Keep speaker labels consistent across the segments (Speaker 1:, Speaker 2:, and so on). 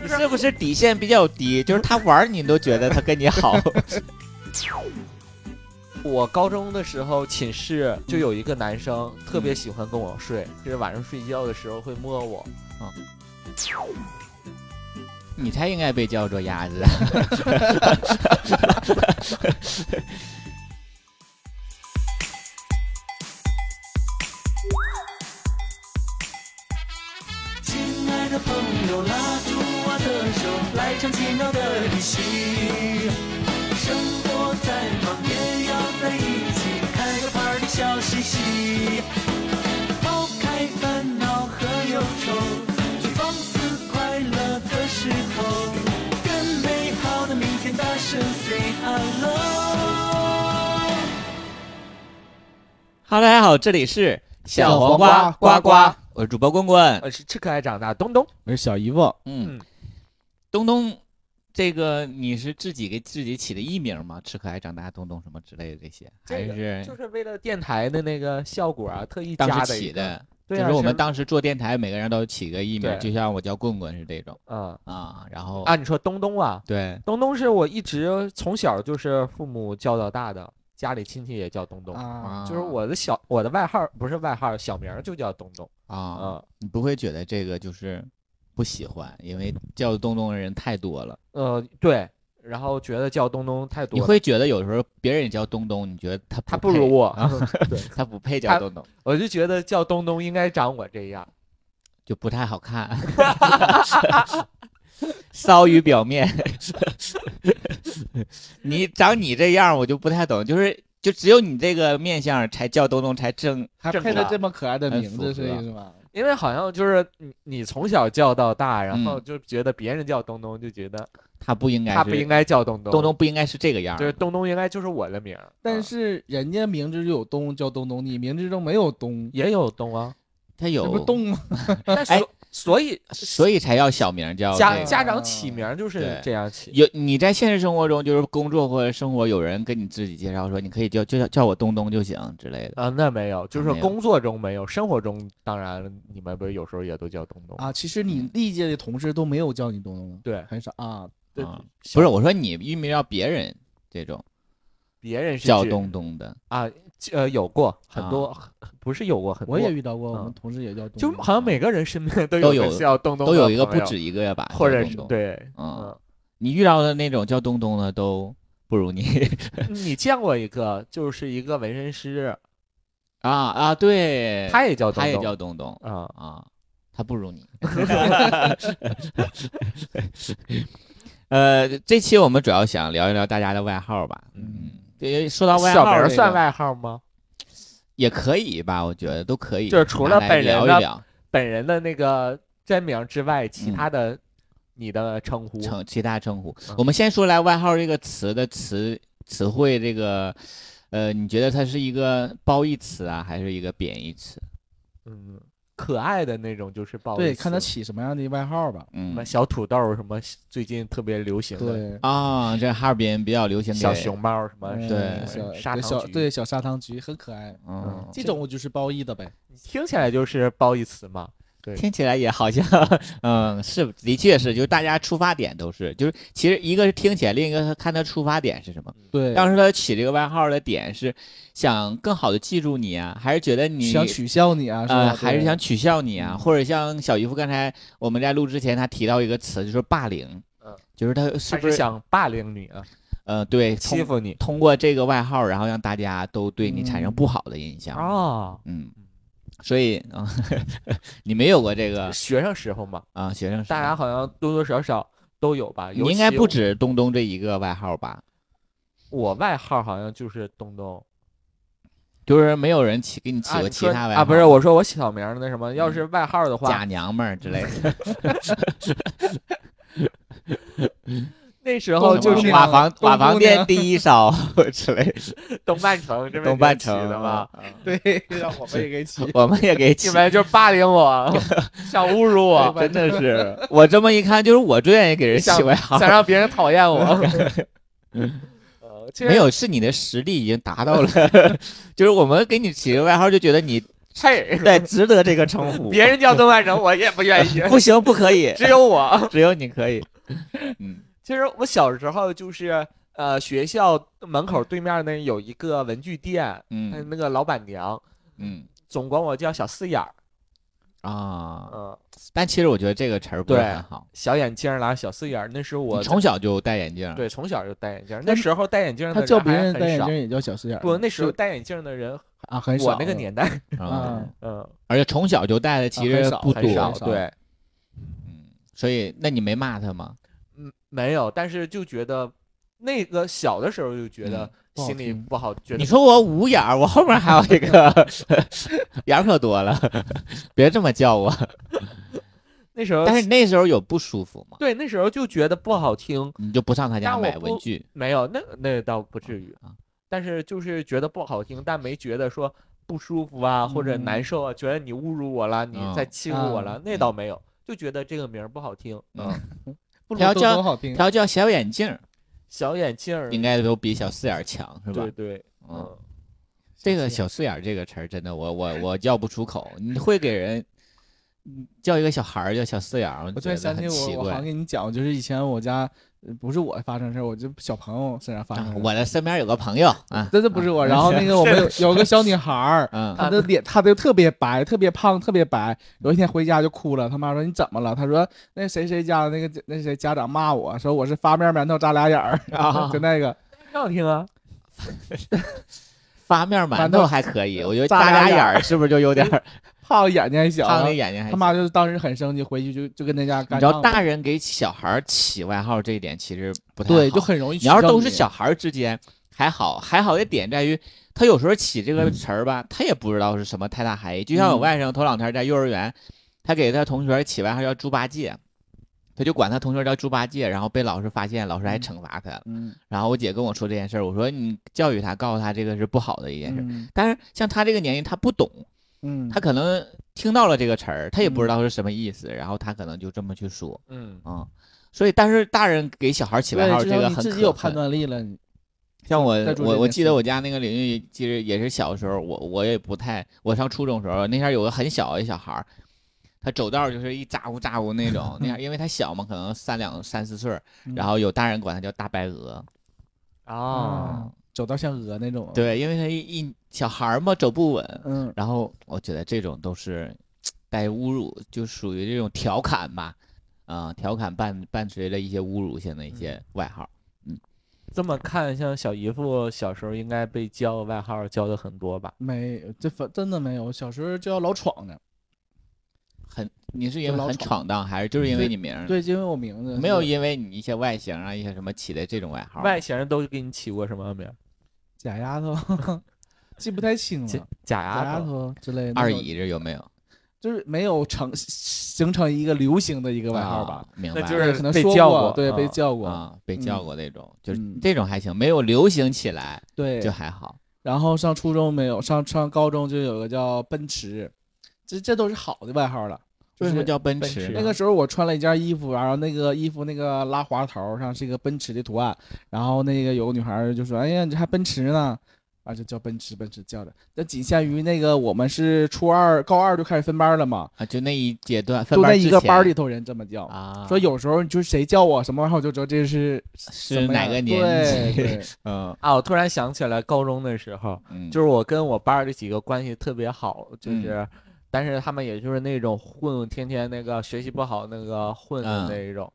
Speaker 1: 不
Speaker 2: 是不是底线比较 低？就是他玩你都觉得他跟你好，
Speaker 1: 我高中的时候，寝室就
Speaker 2: 嗯
Speaker 1: 有一个男生特别喜欢跟我睡，就是晚上睡觉的时候会摸我。
Speaker 2: 嗯你才应该被叫做鸭 子。
Speaker 3: 亲爱的朋友，拉住我的手，来场奇妙的旅行。生活再忙也要在一起，开个 party 笑嘻嘻。抛开烦恼和忧愁，去放肆快乐的时候，跟美好的明天大声 say hello。
Speaker 2: 哈喽，大家好，这里是
Speaker 1: 小
Speaker 2: 黄
Speaker 1: 黄瓜
Speaker 2: 呱
Speaker 1: 呱
Speaker 2: 呱，我是主播关关。
Speaker 1: 呃，是吃可爱长大，东东。
Speaker 4: 我是小姨夫，
Speaker 2: 嗯
Speaker 1: 嗯，
Speaker 2: 东东，这个你是自己给自己起的艺名吗？吃可爱长大东东什么之类的这些，还
Speaker 1: 这个
Speaker 2: 是
Speaker 1: 就是为了电台的那个效果啊，特意
Speaker 2: 哎当
Speaker 1: 加
Speaker 2: 时
Speaker 1: 一
Speaker 2: 起
Speaker 1: 个
Speaker 2: 的？
Speaker 1: 对
Speaker 2: 就
Speaker 1: 啊，
Speaker 2: 是我们
Speaker 1: 当
Speaker 2: 当时做电台，每个人都起个艺名，
Speaker 1: 对
Speaker 2: 就像我叫棍棍是这种
Speaker 1: 啊
Speaker 2: 啊。然后
Speaker 1: 啊，你说东东啊，
Speaker 2: 对，
Speaker 1: 东东是我一直从小就是父母叫到大的，家里亲戚也叫东东，
Speaker 4: 啊
Speaker 1: 就是我的小我的外号不是外号，小名儿就叫东东
Speaker 2: 啊，
Speaker 1: 啊。
Speaker 2: 你不会觉得这个就是不喜欢，因为叫东东的人太多了。
Speaker 1: 呃，对，然后觉得叫东东太多
Speaker 2: 你
Speaker 1: 了，
Speaker 2: 会觉得有时候别人叫东东，你觉得他
Speaker 1: 他
Speaker 2: 不
Speaker 1: 不
Speaker 2: 配
Speaker 1: 如，我，
Speaker 2: 他不配叫
Speaker 1: 他
Speaker 2: 东东，
Speaker 1: 我就觉得叫东东应该长我这样。
Speaker 2: 就不太好看。 骚于表面， 你长你这样，我就不太懂，就是就只有你这个面相才叫东东才正，
Speaker 4: 还
Speaker 1: 正
Speaker 4: 配着
Speaker 1: 常
Speaker 4: 这么可爱的
Speaker 2: 很
Speaker 4: 名
Speaker 2: 符
Speaker 4: 字，是这
Speaker 2: 合
Speaker 4: 意思吗？
Speaker 1: 因为好像就是你，你从小叫到大，然后
Speaker 2: 嗯
Speaker 1: 就觉得别人叫东东，就觉得
Speaker 2: 他不应该
Speaker 1: 他不
Speaker 2: 是
Speaker 1: 应该叫东东，
Speaker 2: 东东不应该是这个样儿
Speaker 1: 就是东东应该就是我的名儿。
Speaker 4: 但
Speaker 1: 啊
Speaker 4: 是人家名字就有东叫东东，你名字中没有东，
Speaker 1: 也有东 啊，
Speaker 2: 他
Speaker 4: 这
Speaker 2: 有
Speaker 4: 不东吗？
Speaker 1: 但
Speaker 2: 哎
Speaker 1: 所所以
Speaker 2: 所以才要小名叫
Speaker 1: 家、
Speaker 2: 这个
Speaker 1: 家
Speaker 4: 哦
Speaker 1: 长起名儿就是
Speaker 2: 对
Speaker 1: 这样起，
Speaker 2: 有你在现实生活中，就是工作或者生活，有人跟你自己介绍说，你可以叫就叫叫我东东就行之类的。
Speaker 1: 啊，那没有，就是
Speaker 2: 没有
Speaker 1: 工作中没有，生活中当然你们不是有时候也都叫东东
Speaker 4: 啊，其实你历届的同事都没有叫你东东，
Speaker 1: 对，
Speaker 4: 很少啊。
Speaker 1: 对
Speaker 2: 啊，不是我说你遇没到别人这种
Speaker 1: 别人是
Speaker 2: 叫
Speaker 1: 指
Speaker 2: 东啊东的，
Speaker 1: 啊，呃，有过很多，不是有过很多，
Speaker 4: 我也遇到过，我
Speaker 1: 嗯
Speaker 4: 们同事也叫东
Speaker 1: 就
Speaker 4: 东，啊
Speaker 1: 好像每个人身边
Speaker 2: 嗯
Speaker 1: 都
Speaker 2: 都
Speaker 1: 有个
Speaker 2: 有
Speaker 1: 叫东东，
Speaker 2: 都有一个不，止一个吧，
Speaker 1: 或者
Speaker 2: 叫
Speaker 1: 是
Speaker 2: 东东。
Speaker 1: 对，
Speaker 2: 嗯，
Speaker 1: 嗯，
Speaker 2: 你遇到的那种叫东东的都不如你
Speaker 1: 你见过一个，就是一个纹身师，
Speaker 2: 啊啊，对，
Speaker 1: 他也叫东
Speaker 2: 他也
Speaker 1: 东
Speaker 2: 叫东东
Speaker 1: 啊，
Speaker 2: 啊，他不 如你。呃，这期我们主要想聊一聊大家的外号吧。嗯，对，说到外号
Speaker 1: 小名
Speaker 2: 这
Speaker 1: 儿
Speaker 2: 个，
Speaker 1: 算外号吗？
Speaker 2: 也可以吧，我觉得都可以。
Speaker 1: 就是除
Speaker 2: 拿
Speaker 1: 了
Speaker 2: 来
Speaker 1: 本人
Speaker 2: 聊
Speaker 1: 的
Speaker 2: 一聊，
Speaker 1: 本人的那个真名之外，其
Speaker 2: 嗯
Speaker 1: 他的你的称呼，
Speaker 2: 称其他称呼
Speaker 1: 嗯，
Speaker 2: 我们先说来外号这个词的词词汇这个，呃，你觉得它是一个褒义词啊，还是一个贬义词？
Speaker 1: 嗯，可爱的那种就是报
Speaker 4: 对，看他起什么样的外号吧。
Speaker 1: 什
Speaker 2: 嗯
Speaker 1: 么小土豆，什么最近特别流行的
Speaker 4: 对，
Speaker 2: 啊，这哈尔滨比较流行
Speaker 1: 小
Speaker 2: 给，
Speaker 1: 熊猫，什么
Speaker 4: 嗯
Speaker 2: 对
Speaker 4: 小
Speaker 1: 砂
Speaker 4: 对
Speaker 1: 糖
Speaker 4: 小
Speaker 1: 橘
Speaker 4: 对小砂糖橘很可爱，
Speaker 2: 嗯，
Speaker 4: 这种就是褒义的呗。
Speaker 1: 你听起来就是褒义词嘛。
Speaker 2: 听起来也好像，嗯，是的确是，就是大家出发点都是，就是其实一个是听起来，另一个是看他出发点是什么。
Speaker 4: 对，
Speaker 2: 当时他起这个外号的点是想更好的记住你啊，还是觉得你
Speaker 4: 想取笑你啊，是
Speaker 2: 呃，
Speaker 4: 吧？
Speaker 2: 还是
Speaker 4: 对
Speaker 2: 想取笑你啊，
Speaker 4: 嗯
Speaker 2: 或者像小姨夫刚才我们在录之前，他提到一个词，就是霸凌，
Speaker 1: 嗯
Speaker 2: 就是他是
Speaker 1: 他
Speaker 2: 不是
Speaker 1: 是想霸凌你啊，
Speaker 2: 呃对
Speaker 1: 欺
Speaker 2: 通
Speaker 1: 负你
Speaker 2: 通过这个外号，然后让大家都对你产生
Speaker 4: 嗯
Speaker 2: 不好的印象，
Speaker 1: 啊？
Speaker 2: 嗯，所以 啊，你没有过这个
Speaker 1: 学生时候嘛，
Speaker 2: 啊，学生时
Speaker 1: 大家
Speaker 2: 代，
Speaker 1: 好像多多少少都有吧。
Speaker 2: 你
Speaker 1: 尤
Speaker 2: 应该
Speaker 1: 其
Speaker 2: 不止东东这一个外号吧？
Speaker 1: 我外号好像就是东东
Speaker 2: 就是没有人起给你起
Speaker 1: 啊，
Speaker 2: 过
Speaker 1: 你
Speaker 2: 其
Speaker 1: 说
Speaker 2: 他外号嗯
Speaker 1: 啊，不是我说我小名儿那什么，要是外号的话
Speaker 2: 假，娘们儿之 类的，
Speaker 1: 那时候哦就
Speaker 4: 东
Speaker 1: 是
Speaker 4: 东
Speaker 2: 瓦房
Speaker 4: 东
Speaker 2: 瓦房
Speaker 4: 姑
Speaker 2: 店
Speaker 4: 娘
Speaker 2: 第一烧 之类的，
Speaker 1: 东半城这边
Speaker 2: 东半
Speaker 1: 起的
Speaker 2: 城
Speaker 1: 嘛，
Speaker 2: 啊。
Speaker 4: 对，让我们也给起
Speaker 2: 我们也给起
Speaker 1: 你。们就霸凌 我，想侮辱我，
Speaker 2: 哎真的是， 我这么一看，就是我最愿意给人起外号
Speaker 1: 想，让别人 讨厌我。呃呃，其 实
Speaker 2: 没有是你的实力已经达到了，就是我们给你起个外号，就觉得你
Speaker 1: 嘿，
Speaker 2: 对，值得这个称呼。，
Speaker 1: 别人叫邓万成，我也不愿意
Speaker 2: 不行，不可 以，
Speaker 1: 只有 我。
Speaker 2: 只有你可以。嗯，
Speaker 1: 其实我小时候就是，呃，学校门口对面那有一个文具店，哎那
Speaker 2: 嗯
Speaker 1: 那个老板娘
Speaker 2: 嗯
Speaker 1: 总管我叫小四眼儿，
Speaker 2: 啊，
Speaker 1: 嗯，
Speaker 2: 但其实我觉得这个词儿不是
Speaker 1: 对
Speaker 2: 很好。
Speaker 1: 小眼镜儿啦，小四眼儿。那时候我
Speaker 2: 你从小就戴眼镜，，
Speaker 1: 对从小就戴眼镜儿，那时候戴眼镜儿的
Speaker 4: 他叫
Speaker 1: 人
Speaker 4: 别
Speaker 1: 还
Speaker 4: 人
Speaker 1: 很
Speaker 4: 戴眼
Speaker 1: 少
Speaker 4: 镜也叫小四眼儿，
Speaker 1: 不，那时候
Speaker 4: 就
Speaker 1: 戴眼镜的人，
Speaker 4: 啊很少。
Speaker 1: 我那个年代，
Speaker 2: 啊
Speaker 4: 嗯，
Speaker 1: 嗯，
Speaker 2: 而且从小就戴的其
Speaker 4: 啊
Speaker 2: 实
Speaker 4: 很少
Speaker 2: 不
Speaker 1: 很
Speaker 2: 多
Speaker 1: 少，
Speaker 4: 很，少
Speaker 1: 对，
Speaker 2: 嗯，所以那你没骂他吗？
Speaker 1: 嗯，没有，但是就觉得那个小的时候就觉得
Speaker 4: 嗯不好
Speaker 1: 心里
Speaker 4: 听
Speaker 1: 不好，觉得
Speaker 2: 你说我五眼儿，我后面还有一 个 眼儿可多了， 别这么叫我。
Speaker 1: 呃那时候，
Speaker 2: 但是那时候有不舒服吗？
Speaker 1: 对那时候就觉得不好听，
Speaker 2: 你就不上他家
Speaker 1: 但我
Speaker 2: 买
Speaker 1: 不
Speaker 2: 文具
Speaker 1: 没有，那那倒不至于
Speaker 2: 啊，
Speaker 1: 但是就是觉得不好听，但没觉得说不舒服啊或者
Speaker 4: 嗯
Speaker 1: 难受啊，觉得你侮辱我了，你在
Speaker 2: 嗯
Speaker 1: 欺负我
Speaker 4: 嗯
Speaker 1: 了，那倒没有，就觉得这个名儿不好听，
Speaker 2: 嗯
Speaker 4: 不如
Speaker 2: 他要
Speaker 4: 多
Speaker 2: 叫
Speaker 4: 多好听
Speaker 2: 他。要叫小眼镜儿，
Speaker 1: 小眼镜儿，
Speaker 2: 应该都比小四眼儿强，是吧
Speaker 1: 对？对，
Speaker 2: 嗯，
Speaker 1: 嗯，
Speaker 2: 这
Speaker 4: 谢
Speaker 2: 个
Speaker 4: 谢
Speaker 2: 小四眼儿这个词儿，真的我我我叫不出口。你会给人嗯叫一个小孩儿叫小四眼儿，我
Speaker 4: 我突
Speaker 2: 觉
Speaker 4: 然
Speaker 2: 得
Speaker 4: 想起
Speaker 2: 很奇
Speaker 4: 我，我好像
Speaker 2: 怪。
Speaker 4: 跟你讲，就是以前我家呃不是我发生事儿，我就小朋友身上发
Speaker 2: 啊
Speaker 4: 生事儿。
Speaker 2: 我的身边有个朋友啊，
Speaker 4: 真的不是我，然后那个我们有有个小女 孩儿，
Speaker 2: 嗯
Speaker 4: 她的脸，她就特别白，特别胖，特别白。有一天回家就哭了，她妈说你怎么了？她说那谁谁家的那个那谁家长骂我说我是发面馒头扎俩眼儿，
Speaker 2: 啊
Speaker 4: 就，那个
Speaker 1: 挺好听啊，
Speaker 2: 发面馒
Speaker 4: 馒
Speaker 2: 头
Speaker 4: 头
Speaker 2: 还可以，我觉得
Speaker 4: 扎
Speaker 2: 扎
Speaker 4: 俩
Speaker 2: 俩眼
Speaker 4: 眼
Speaker 2: 儿是不是就有点儿
Speaker 4: 胖，眼睛还小。
Speaker 2: 胖的眼睛还
Speaker 4: 他妈就当时很生气，回去就就跟那家
Speaker 2: 你
Speaker 4: 干
Speaker 2: 知道
Speaker 4: 仗。
Speaker 2: 大人给小孩儿起外号这一点其实不太好，
Speaker 4: 对，就很容易。
Speaker 2: 你要是都是，小孩儿之间还好，还好的点在于他有时候起这个词儿吧，他也不知道是什么太大含义。就像我
Speaker 4: 嗯
Speaker 2: 外甥头两天在幼儿园，他给他同学起外号叫猪八戒，他就管他同学叫猪八戒，然后被老师发现，老师还
Speaker 4: 嗯
Speaker 2: 惩罚他。
Speaker 4: 嗯，
Speaker 2: 然后我姐跟我说这件事儿，我说你教育他，告诉他这个是不好的一件事儿。
Speaker 4: 嗯
Speaker 2: 但是像他这个年纪，他不懂，
Speaker 4: 嗯，
Speaker 2: 他可能听到了这个词儿，他也不知道是什么意思，然后他可能就这么去说
Speaker 1: 嗯，
Speaker 2: 啊、嗯所以，但是大人给小孩起外号，这
Speaker 4: 对，至少
Speaker 2: 个
Speaker 4: 你
Speaker 2: 很
Speaker 4: 自己
Speaker 2: 可
Speaker 4: 有
Speaker 2: 恨
Speaker 4: 判。断力了，你
Speaker 2: 像我
Speaker 4: 在，做
Speaker 2: 我
Speaker 4: 这
Speaker 2: 我
Speaker 4: 件
Speaker 2: 记得
Speaker 4: 事
Speaker 2: 我家那个邻居，其实也是小时候，我我也不太，我上初中时候，那天有个很小的小孩儿，他走道儿就是一咋呼咋呼那 种，那样因为他小嘛，可能三两三四岁儿，
Speaker 4: 嗯
Speaker 2: 然后有大人管他叫大白
Speaker 4: 哦
Speaker 2: 鹅，
Speaker 1: 啊，
Speaker 4: 嗯走到像鹅那种。，
Speaker 2: 对，因为他一一小孩儿嘛走不稳，
Speaker 4: 嗯，
Speaker 2: 然后我觉得这种都是带侮辱，就属于这种调侃吧，啊、调侃伴伴随着一些侮辱性
Speaker 4: 嗯
Speaker 2: 的一些外号儿，
Speaker 1: 这么看，像小姨夫小时候应该被叫外号叫的很多吧？
Speaker 4: 没，这反真的没有。小时候叫老闯呢。
Speaker 2: 很，你是因
Speaker 4: 就
Speaker 2: 为
Speaker 4: 老
Speaker 2: 很
Speaker 4: 闯嗯
Speaker 2: 闯荡，还是就是因为
Speaker 4: 对
Speaker 2: 你名儿？
Speaker 4: 对，因为我名字
Speaker 2: 嗯没有
Speaker 4: 呃是
Speaker 2: 因为你一些外形啊，一些什么起的这种外号吗。
Speaker 1: 外形都给你起过什么名儿？
Speaker 4: 假丫头，记不太清了，
Speaker 1: 假
Speaker 4: 假
Speaker 1: 假
Speaker 4: 丫
Speaker 1: 牙头。
Speaker 4: 头之类的那
Speaker 2: 二
Speaker 4: 种，
Speaker 2: 姨这有没有
Speaker 4: 就是没有成形成一个流行的一个外号吧
Speaker 2: 啊？，明白
Speaker 1: 那
Speaker 2: 了。
Speaker 1: 就
Speaker 4: 对
Speaker 1: 是
Speaker 4: 可能
Speaker 1: 被
Speaker 4: 说
Speaker 1: 叫
Speaker 4: 过
Speaker 1: 过
Speaker 4: 对，被
Speaker 1: 啊
Speaker 4: 叫过，
Speaker 2: 啊，被叫过那种，就是
Speaker 4: 嗯
Speaker 2: 这种还行，没有流行起来
Speaker 4: 对
Speaker 2: 就。还好。
Speaker 4: 然后上初中没有，上上高中就有个叫奔驰，这这都是好的外号了。就
Speaker 2: 为什么
Speaker 4: 是
Speaker 2: 叫奔
Speaker 1: 奔
Speaker 2: 驰
Speaker 1: 驰
Speaker 2: 呢？
Speaker 4: 那个时候我穿了一件衣服，然后那个衣服那个拉花头上是一个奔驰的图案，然后那个有个女孩儿就说：“哎呀，你这还奔驰呢？”啊，就叫奔驰，奔驰叫着。那仅限于那个我们是初二、高二就开始分班了嘛，
Speaker 2: 啊，就那一阶段，分
Speaker 4: 就那
Speaker 2: 班
Speaker 4: 一
Speaker 2: 之
Speaker 4: 个
Speaker 2: 前
Speaker 4: 班里头人这么叫。
Speaker 2: 啊，
Speaker 4: 说有时候你就是谁叫我什么外号，我就知道这是什
Speaker 2: 是
Speaker 4: 么样
Speaker 2: 哪个年
Speaker 4: 对
Speaker 2: 纪？
Speaker 4: 对
Speaker 2: 嗯
Speaker 1: 啊，我突然想起来，高中的时候，
Speaker 2: 嗯，
Speaker 1: 就是我跟我班儿的几个关系特别好，就
Speaker 2: 嗯
Speaker 1: 是，但是他们也就是那种混，天天那个学习不好那个混的
Speaker 2: 嗯
Speaker 1: 那一种。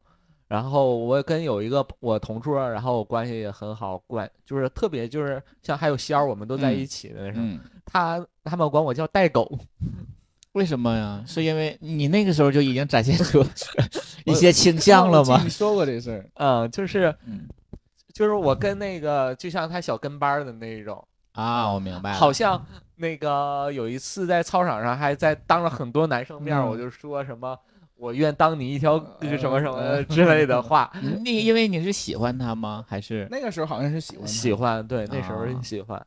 Speaker 1: 然后我跟有一个我同桌儿，然后我关系也很好，关就是特别就是像还有仙儿，我们都在一
Speaker 2: 嗯
Speaker 1: 起的那种。
Speaker 2: 嗯，
Speaker 1: 他他们管我叫带狗，
Speaker 2: 为什么呀？是因为你那个时候就已经展现出一些倾向了
Speaker 4: 哦 我记得
Speaker 2: 吗
Speaker 4: 你？说过这事儿，
Speaker 1: 嗯，就是
Speaker 2: 嗯
Speaker 1: 就是我跟那个就像他小跟班儿的那一种，
Speaker 2: 啊，我明白了。
Speaker 1: 好像那个有一次在操场上还在当着很多男生面儿，
Speaker 4: 嗯
Speaker 1: 我就说什么我愿当你一条
Speaker 4: 呃
Speaker 1: 什么什么之类的话，
Speaker 2: 你因为你是喜欢他吗？还是
Speaker 4: 那个时候好像是喜欢他
Speaker 1: 喜欢，对，那时候
Speaker 2: 啊
Speaker 1: 是喜欢。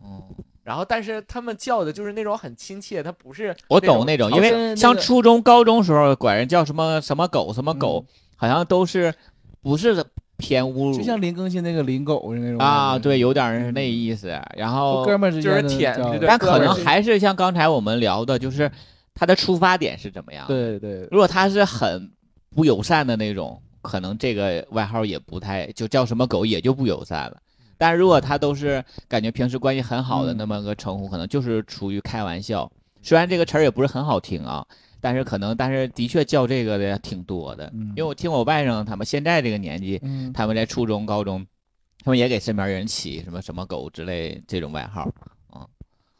Speaker 2: 嗯？
Speaker 1: 然后，但是他们叫的就是那种很亲切，他不是
Speaker 2: 我懂那种，因
Speaker 4: 好像
Speaker 2: 为
Speaker 4: 是
Speaker 2: 像
Speaker 4: 那个
Speaker 2: 初中、高中时候管人叫什么什么狗、什么狗，好像都是不是偏侮
Speaker 4: 嗯就像
Speaker 2: 辱
Speaker 4: 林更新那个林狗是那种
Speaker 2: 啊，
Speaker 4: 感觉
Speaker 2: 对，，有点儿是那意思。然
Speaker 4: 就
Speaker 2: 后
Speaker 4: 哥们儿之
Speaker 1: 就是
Speaker 4: 间的
Speaker 1: 舔
Speaker 4: 交
Speaker 1: 就
Speaker 4: 流
Speaker 1: 对
Speaker 2: 但
Speaker 1: 哥
Speaker 2: 可
Speaker 1: 们
Speaker 2: 能
Speaker 1: 儿
Speaker 2: 还是像刚才我们聊的，就是他的出发点是怎么样。，
Speaker 4: 对对，
Speaker 2: 如果他是很不友善的那种，可能这个外号也不太就叫什么狗也就不友善了。但如果他都是感觉平时关系很好的
Speaker 4: 嗯
Speaker 2: 那么个称呼，可能就是出于开玩笑。虽然这个词儿也不是很好听啊，但是可能但是的确叫这个的挺多的，
Speaker 4: 嗯
Speaker 2: 因为我听我外甥他们现在这个年纪，
Speaker 4: 嗯，
Speaker 2: 他们在初中、高中，他们也给身边人起什么什么狗之类这种外号。嗯，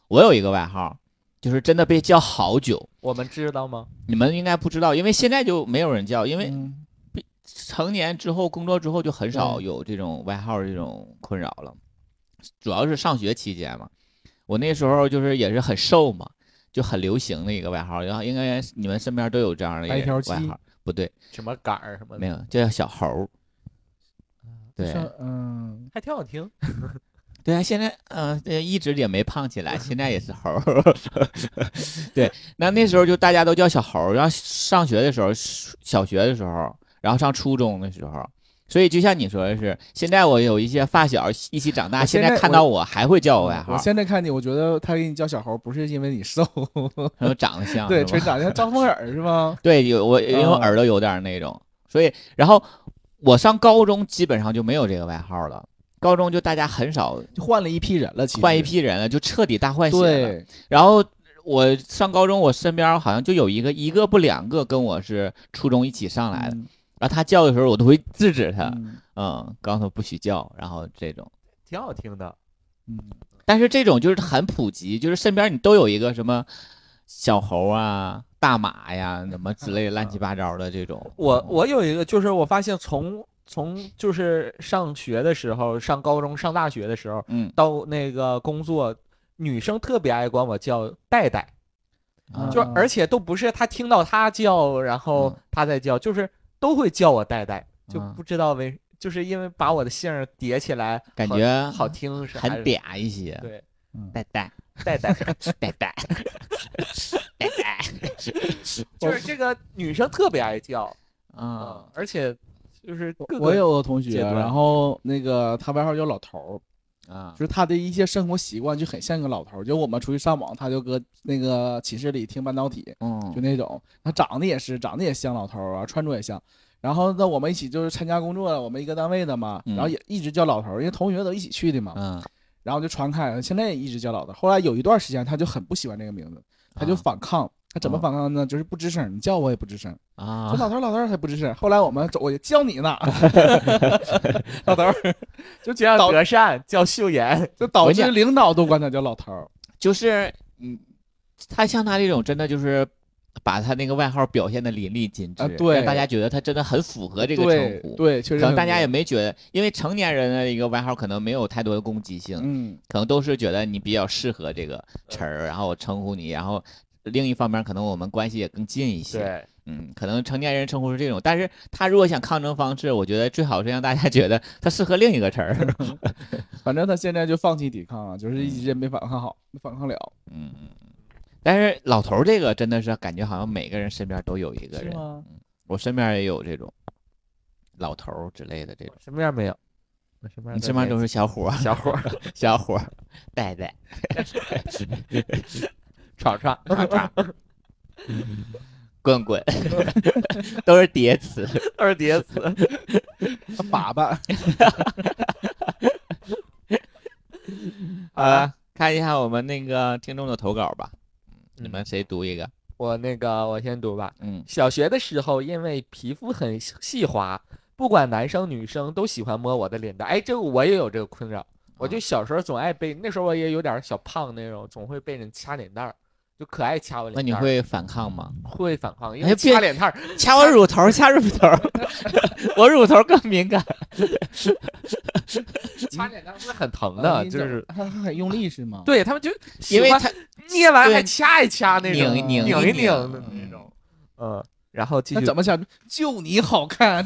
Speaker 2: 我有一个外号，就是真的被叫好久，
Speaker 1: 我们知道吗？
Speaker 2: 你们应该不知道，因为现在就没有人叫，因为
Speaker 4: 嗯
Speaker 2: 成年之后工作之后就很少
Speaker 4: 对
Speaker 2: 有这种外号这种困扰了，主要是上学期间嘛。我那时候就是也是很瘦嘛，就很流行的一个外号，然后应该你们身边都有这样的一
Speaker 4: 白
Speaker 2: 个
Speaker 4: 条鸡
Speaker 2: 外号，不对，
Speaker 1: 什么杆儿什么
Speaker 2: 没
Speaker 1: 的，
Speaker 2: 有，就叫小猴儿。对，
Speaker 4: 像嗯，
Speaker 1: 还挺好听。
Speaker 2: 对啊，现在嗯、呃，一直也没胖起来，现在也是猴儿。 对，那那时候就大家都叫小猴儿，然后上学的时候，小学的时候，然后上初中的时候，所以就像你说的是，现在我有一些发小一起长大，
Speaker 4: 我
Speaker 2: 现
Speaker 4: 现
Speaker 2: 在
Speaker 4: 在
Speaker 2: 看
Speaker 4: 我
Speaker 2: 到我还会叫我外号
Speaker 4: 我，现在看你，我觉得他给你叫小猴，不是因为你瘦，
Speaker 2: 他说长得像，
Speaker 4: 对，
Speaker 2: 是吧
Speaker 4: 成长像张风耳是吗？
Speaker 2: 对，有我因为我
Speaker 4: 啊
Speaker 2: 耳朵有点儿那种，所以然后我上高中基本上就没有这个外号了，高中就大家很少
Speaker 4: 就换了一批人了，其实
Speaker 2: 换一，批人了，就彻底大换血了。
Speaker 4: 对，
Speaker 2: 然后我上高中，我身边好像就有一个一个不两个跟我是初中一起上来的，
Speaker 4: 嗯
Speaker 2: 然后他叫的时候我都会制止他，
Speaker 4: 嗯
Speaker 2: 嗯，告诉他不许叫，然后这种。
Speaker 1: 挺好听的，
Speaker 4: 嗯，
Speaker 2: 但是这种就是很普及，就是身边你都有一个什么小猴啊、大马呀、什么之类的乱七八糟的这种。
Speaker 1: 嗯我我有一个，就是我发现从从就是上学的时候，上高中、上大学的时候，
Speaker 2: 嗯，
Speaker 1: 到那个工作，女生特别爱管我叫戴戴，
Speaker 2: 啊
Speaker 1: 就是
Speaker 4: 嗯
Speaker 1: 而且都不是她听到她叫，然后
Speaker 2: 嗯
Speaker 1: 她再叫，就是都会叫我戴戴，就
Speaker 2: 嗯
Speaker 1: 不知道为，就是因为把我的姓儿叠起来，
Speaker 2: 感
Speaker 1: 好
Speaker 4: 嗯
Speaker 2: 觉
Speaker 1: 好听是
Speaker 2: 很
Speaker 1: 还是
Speaker 2: 嗲一些，
Speaker 1: 对，
Speaker 2: 呆 呆
Speaker 1: 戴戴，
Speaker 2: 呆呆呆呆，
Speaker 1: 就是这个女生特别爱叫，
Speaker 2: 啊
Speaker 1: 嗯，，而且就是各
Speaker 4: 我
Speaker 1: 个
Speaker 4: 有个同学，
Speaker 1: 阶段
Speaker 4: 然后那个他外号叫老头儿，
Speaker 2: 啊
Speaker 4: 就是他的一些生活习惯就很像一个老头儿。就我们出去上网，他就搁那个寝室里听半导体，
Speaker 2: 嗯
Speaker 4: 就那种，他长得也是，长得也像老头儿啊，穿着也像。然后呢，我们一起就是参加工作了，我们一个单位的嘛，然后
Speaker 2: 嗯
Speaker 4: 也一直叫老头儿，因为同学都一起去的嘛，
Speaker 2: 嗯，
Speaker 4: 然后就传开，现在也一直叫老头儿。后来有一段时间，他就很不喜欢这个名字，他就
Speaker 2: 啊
Speaker 4: 反抗。他怎么
Speaker 2: 啊
Speaker 4: 反抗呢？就是不吱声儿，你叫我也不吱声儿，
Speaker 2: 啊
Speaker 4: 说，老头儿老头儿他也不吱声儿。后来我们走过去叫你呢，老头儿
Speaker 1: 就这样
Speaker 4: 导
Speaker 1: 德善叫秀妍，
Speaker 4: 就导
Speaker 2: 我
Speaker 4: 致
Speaker 2: 讲
Speaker 4: 领导都管他叫老头儿。
Speaker 2: 就是嗯，他像他这种真的就是把他那个外号表现的淋漓尽致，
Speaker 4: 啊对
Speaker 2: 让大家觉得他真的很符合这个
Speaker 4: 对
Speaker 2: 称呼。
Speaker 4: 对，确
Speaker 2: 可
Speaker 4: 实
Speaker 2: 能
Speaker 4: 很
Speaker 2: 大家
Speaker 4: 多
Speaker 2: 也没觉得，因为成年人的一个外号可能没有太多的攻击性，
Speaker 4: 嗯呃
Speaker 2: 可能都是觉得你比较适合这个词儿，然后我称呼你，然后另一方面可能我们关系也更近一些。
Speaker 1: 对，
Speaker 2: 嗯，可能成年人称呼是这种，但是他如果想抗争方式，我觉得最好是让大家觉得他适合另一个词儿。
Speaker 4: 反正他现在就放弃抵抗了，就是一直也没反抗好，没反抗了。
Speaker 2: 嗯，但是老头儿这个真的是感觉好像每个人身边都有一个
Speaker 4: 是
Speaker 2: 人，
Speaker 4: 吗
Speaker 2: 我身边也有这种老头儿之类的这种，
Speaker 1: 身边没有，我身边
Speaker 2: 你身边都是小 伙儿、
Speaker 1: 小伙儿
Speaker 2: 小伙儿、呆呆、
Speaker 1: 闯闯，
Speaker 2: 叉叉、滚 滚，都是叠词。
Speaker 1: 二叠词，
Speaker 4: 粑粑，
Speaker 2: 好了，看一下我们那个听众的投稿吧， 你
Speaker 1: 嗯
Speaker 2: 们谁读一个？
Speaker 1: 我那个我先读吧。
Speaker 2: 嗯
Speaker 1: 小学的时候，因为皮肤很细滑，不管男生女生都喜欢摸我的脸蛋。哎，这个我也有这个困扰，我
Speaker 2: 啊
Speaker 1: 就小时候总爱被，那时候我也有点小胖那种，总会被人掐脸蛋儿，就可爱掐我
Speaker 2: 那
Speaker 1: 脸
Speaker 2: 你
Speaker 1: 蛋儿。
Speaker 2: 会反抗吗？
Speaker 1: 会反抗，因
Speaker 2: 哎
Speaker 1: 为
Speaker 2: 别
Speaker 1: 掐脸蛋儿，
Speaker 2: 掐我乳头，掐乳头， 我乳头更敏感。
Speaker 1: 掐脸蛋儿会很疼
Speaker 4: 啊
Speaker 1: 的，
Speaker 4: 你
Speaker 1: 就
Speaker 4: 怎么
Speaker 1: 是
Speaker 4: 他他很用力是吗？
Speaker 1: 对他们就
Speaker 2: 因为
Speaker 1: 喜欢
Speaker 2: 他
Speaker 1: 捏完
Speaker 2: 对
Speaker 1: 还掐一掐那种，
Speaker 2: 拧拧
Speaker 1: 啊
Speaker 2: 一
Speaker 1: 拧一拧的
Speaker 2: 嗯
Speaker 1: 那种，嗯，然后继
Speaker 4: 那
Speaker 1: 续
Speaker 4: 怎么想？就你 好看，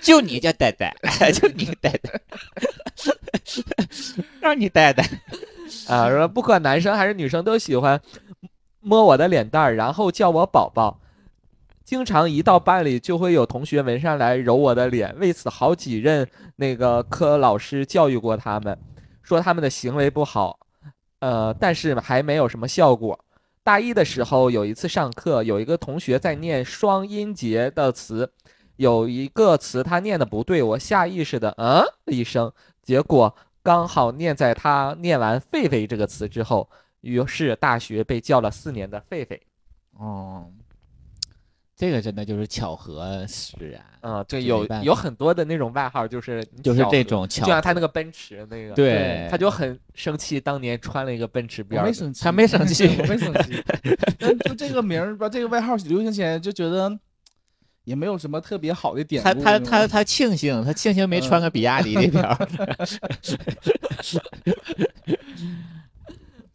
Speaker 2: 就你叫呆呆， 就你呆呆， 让你呆呆。
Speaker 1: 啊，说不管男生还是女生都喜欢摸我的脸蛋儿，然后叫我宝宝。经常一到班里就会有同学围上来揉我的脸，为此好几任那个科老师教育过他们，说他们的行为不好，呃，但是还没有什么效果。大一的时候有一次上课，有一个同学在念双音节的词，有一个词他念的不对，我下意识的嗯了一声，结果刚好念在他念完“狒狒”这个词之后，于是大学被叫了四年的狒狒。
Speaker 2: 哦，这个真的就是巧合使然，
Speaker 1: 嗯，
Speaker 2: 啊
Speaker 1: 对，
Speaker 2: 这
Speaker 1: 有
Speaker 2: 没办
Speaker 1: 有
Speaker 2: 法
Speaker 1: 很多的那种外号，就是
Speaker 2: 就是
Speaker 1: 巧
Speaker 2: 这
Speaker 1: 合，
Speaker 2: 种
Speaker 1: 就
Speaker 2: 巧合。
Speaker 1: 像他那个奔驰那个，
Speaker 2: 对
Speaker 1: 他就很生气，当年穿了一个奔驰
Speaker 4: 我
Speaker 1: 边儿
Speaker 4: 没
Speaker 1: 的，
Speaker 4: 生气，
Speaker 2: 他没生气
Speaker 4: 我没生气。但就这个名儿吧，这个外号流行起来，就觉得也没有什么特别好的典
Speaker 2: 他
Speaker 4: 故。
Speaker 2: 他
Speaker 4: 你知
Speaker 2: 他
Speaker 4: 道吗
Speaker 2: 他庆幸，他庆幸没
Speaker 4: 嗯
Speaker 2: 穿个比亚迪的表儿。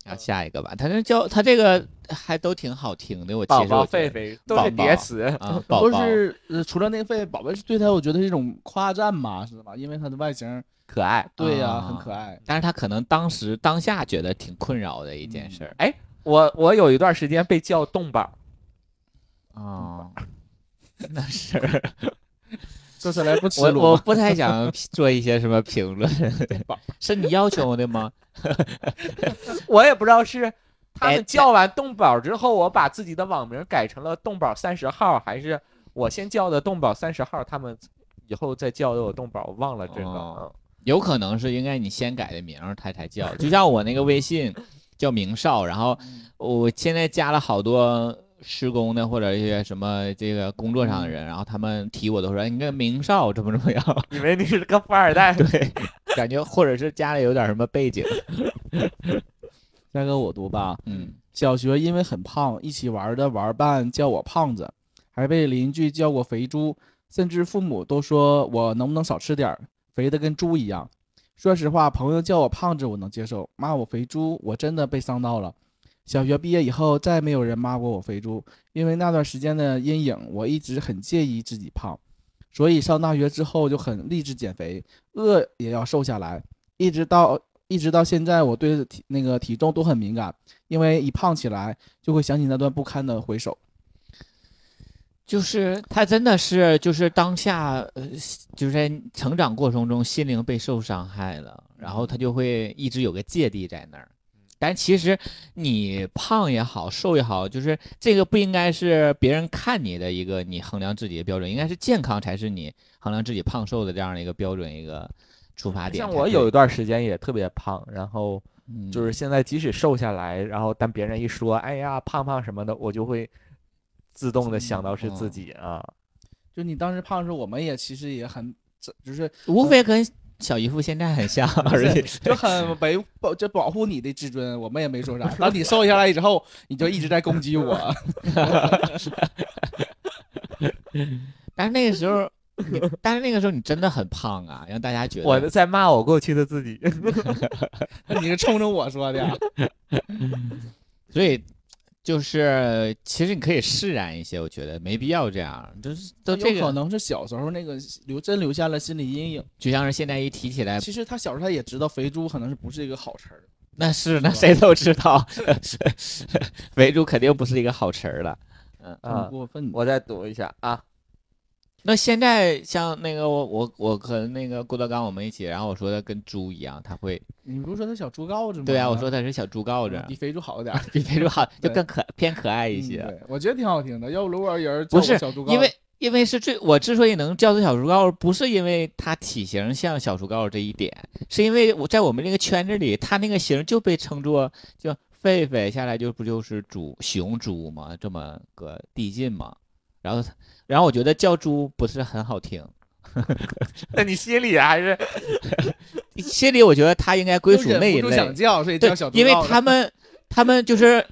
Speaker 2: 然后下一个吧，他这叫他这个还都挺好听的，我其
Speaker 1: 宝
Speaker 2: 实
Speaker 1: 宝
Speaker 2: 我觉
Speaker 1: 狒
Speaker 2: 得
Speaker 1: 狒都
Speaker 2: 宝
Speaker 1: 是叠
Speaker 2: 宝
Speaker 1: 词，
Speaker 2: 啊， 宝
Speaker 4: 不
Speaker 2: 宝
Speaker 4: 是呃除了那个狒狒，宝贝是对他，我觉得是一种夸赞吧，是吧？因为他的外形，
Speaker 1: 可爱。
Speaker 4: 对呀、
Speaker 2: 啊
Speaker 4: 很可爱。
Speaker 2: 但是他可能当时当下觉得挺困扰的一件事儿
Speaker 1: 我我有一段时间被叫动宝儿，
Speaker 2: 啊， 那 是
Speaker 4: 说起来不耻
Speaker 2: 我
Speaker 4: 辱
Speaker 2: 我
Speaker 4: 吧，
Speaker 2: 不太想做一些什么评论，
Speaker 4: 宝
Speaker 2: 是你要求的吗？
Speaker 1: 我也不知道是他
Speaker 2: 哎
Speaker 1: 们叫完动宝儿之后，我把自己的网名改成了动宝三十号，还是我先叫的动宝三十号，他们以后再叫的我动宝儿，我忘了这个。
Speaker 2: 哦有可能是应该你先改的名儿，他才叫。就像我那个微信叫明少，然后我现在加了好多施工的或者一些什么这个工作上的人，然后他们提我都说哎你那个明少怎么怎么样，
Speaker 1: 嗯，以为你是个富二 代，
Speaker 2: 对，感觉或者是家里有点什么背景，
Speaker 4: 下个我读吧。
Speaker 2: 嗯，
Speaker 4: 小学因为很胖，一起玩的玩伴叫我胖子，还被邻居叫过肥猪，甚至父母都说我能不能少吃点儿，肥的跟猪一样。说实话，朋友叫我胖子我能接受，骂我肥猪我真的被伤到了。小学毕业以后，再没有人骂过我肥猪，因为那段时间的阴影，我一直很介意自己胖，所以上大学之后就很励志减肥，饿也要瘦下来，一直到一直到现在，我对体那个体重都很敏感，因为一胖起来就会想起那段不堪的回首。
Speaker 2: 就是他真的是就是当下呃就是在成长过程中心灵被受伤害了，然后他就会一直有个芥蒂在那儿。
Speaker 1: 嗯
Speaker 2: 但其实你胖也好，瘦也好，就是这个不应该是别人看你的一个你衡量自己的标准，应该是健康才是你衡量自己胖瘦的这样的一个标准一个出发点才
Speaker 1: 像
Speaker 2: 对。
Speaker 1: 我有一段时间也特别胖，然后
Speaker 2: 嗯
Speaker 1: 就是现在即使瘦下来，然后但别人一说“哎呀胖胖”什么的，我就会自动的想到是自己啊。
Speaker 4: 就你当时胖的时候，我们也其实也很，这就是
Speaker 2: 无非跟小姨夫现在很像而 已。
Speaker 4: 就很维保，就保护你的自尊，我们也没说啥。当你瘦下来之后，你就一直在攻 击我。
Speaker 2: 但是那个时候你，但是那个时候你真的很胖啊，让大家觉得
Speaker 1: 我在骂我过去的自己，
Speaker 4: 你是冲着我说的，
Speaker 2: 所以就是其实你可以释然一些，我觉得没必要这样，就是都这
Speaker 4: 有可
Speaker 2: 个，
Speaker 4: 能是小时候那个留真留下了心理阴影。
Speaker 2: 就像是现在一提起来，
Speaker 4: 其实他小时候他也知道肥猪可能是不是一个好词儿，
Speaker 2: 那是那谁都知 道， 围住肯定不是一个好词儿了。
Speaker 4: 很
Speaker 1: 啊
Speaker 4: 过分的。
Speaker 1: 我再读一下啊，
Speaker 2: 那现在像那个我我我和那个郭德纲我们一起，然后我说他跟猪一样，他会
Speaker 4: 你不是说他小猪羔子吗？
Speaker 2: 对啊，我说他是小猪羔
Speaker 4: 嗯
Speaker 2: 子
Speaker 4: 比，肥猪好一点。
Speaker 2: 比肥猪好，就
Speaker 4: 对
Speaker 2: 更可偏可爱一些。
Speaker 4: 嗯对，我觉得挺好听的。要不如果有人叫我
Speaker 2: 不是
Speaker 4: 小猪羔，
Speaker 2: 因为因为是最我之所以能叫他小猪羔，不是因为他体型像小猪羔这一点，是因为我在我们这个圈子里，他那个型就被称作叫狒狒，下来就不就是猪雄猪嘛，这么个递进嘛。然后他，然后我觉得叫猪不是很好听，
Speaker 1: 那你心里啊还是
Speaker 2: 心里我觉得他应该归
Speaker 4: 就
Speaker 2: 属
Speaker 4: 忍
Speaker 2: 那
Speaker 4: 不
Speaker 2: 一
Speaker 4: 住
Speaker 2: 类
Speaker 4: 想，叫，所以
Speaker 2: 对
Speaker 4: 叫小，猪羔。
Speaker 2: 因为他们 他们就是。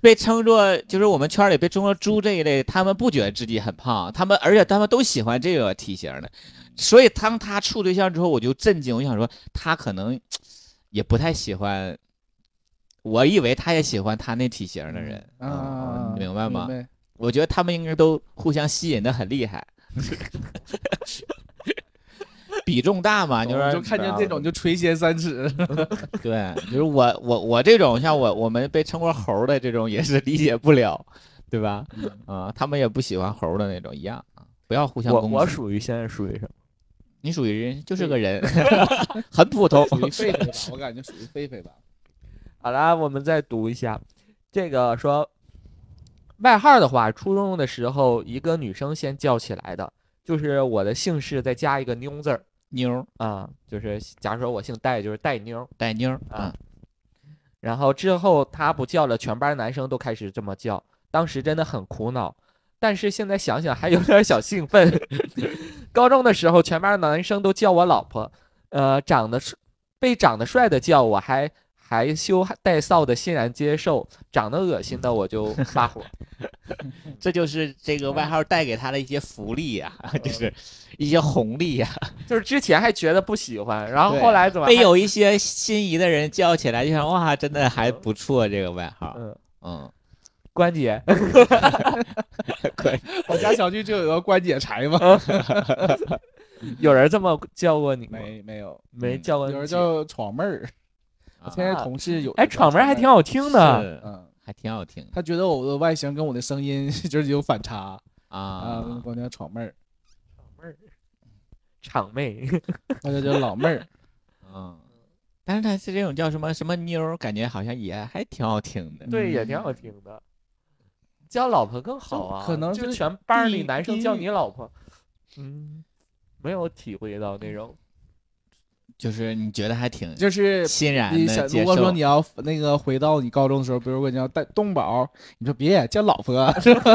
Speaker 2: 被称作就是我们圈里被称作猪这一类，他们不觉得自己很胖，他们而且他们都喜欢这个体型的，所以当他处对象之后，我就震惊，我想说他可能也不太喜欢，我以为他也喜欢他那体型的人，嗯
Speaker 4: 啊，
Speaker 2: 你明白吗？
Speaker 4: 明白
Speaker 2: 我觉得他们应该都互相吸引的很厉 害， 比重大嘛，啊你说
Speaker 4: 就看见这种就垂涎 三尺，
Speaker 2: 对，就是我我我这种像我我们被称过猴儿的这种也是理解不了，对吧？
Speaker 1: 嗯
Speaker 2: 啊，他们也不喜欢猴儿的那种一样啊，不要互相
Speaker 1: 我
Speaker 2: 攻击。
Speaker 1: 我属于现在属于什么？
Speaker 2: 你属于人就是
Speaker 4: 对
Speaker 2: 个 人， 很普通。
Speaker 4: 属于狒狒 吧，我感觉属于狒狒吧。
Speaker 1: 好啦，我们再读一下，这个说外号的话，初中的时候一个女生先叫起来的，就是我的姓氏再加一个妞字儿
Speaker 2: 妞儿
Speaker 1: 啊、就是假如说我姓戴，就是戴妞儿。
Speaker 2: 带妞儿
Speaker 1: 啊
Speaker 2: 啊，
Speaker 1: 然后之后她不叫了，全班男生都开始这么叫，当时真的很苦恼。但是现在想想还有点小兴奋。 高中的时候，全班男生都叫我老婆，呃，长得帅被长得帅的叫我还含羞带臊的欣然接受，长得恶心的我就发火。
Speaker 2: 这就是这个外号带给他的一些福利呀、
Speaker 1: 嗯
Speaker 2: 就是一些红利呀、
Speaker 1: 就是之前还觉得不喜欢，然后
Speaker 2: 对
Speaker 1: 后来怎么
Speaker 2: 被
Speaker 1: 还
Speaker 2: 有一些心仪的人叫起来，就想哇，真的还不错这个外号。
Speaker 1: 嗯
Speaker 2: 嗯，
Speaker 1: 关节？
Speaker 4: 我家小区就有个关节柴嘛，
Speaker 1: 有人这么叫过你吗？
Speaker 4: 没没有，
Speaker 1: 没
Speaker 2: 嗯
Speaker 1: 叫过
Speaker 4: 有
Speaker 1: 你。
Speaker 4: 人叫闯妹儿，我现在
Speaker 1: 啊
Speaker 4: 同事有
Speaker 1: 哎，
Speaker 4: 人叫
Speaker 1: 闯门还挺好听的。
Speaker 2: 是
Speaker 4: 嗯，
Speaker 2: 还挺好听
Speaker 4: 他觉得我的外形跟我的声音 就是有反差啊，
Speaker 1: 嗯
Speaker 2: 啊。
Speaker 4: 管叫闯妹儿，
Speaker 1: 场妹，
Speaker 4: 大家叫老妹儿。
Speaker 2: 嗯，但是他是这种叫什么什么妞儿，感觉好像也还挺好听的。
Speaker 1: 对，也挺好听的。叫老婆更好啊，
Speaker 4: 可能
Speaker 1: 就是全班儿
Speaker 4: 地
Speaker 1: 里男生
Speaker 4: 地
Speaker 1: 叫
Speaker 4: 域
Speaker 1: 你老婆，嗯，没有体会到那种。
Speaker 2: 嗯就是你觉得还挺
Speaker 4: 就 是
Speaker 2: 欣然
Speaker 4: 你想
Speaker 2: 的，接
Speaker 4: 如果说
Speaker 2: 受
Speaker 4: 你。要那个回到你高中的时候，比如说你要带东宝，你说别叫老婆，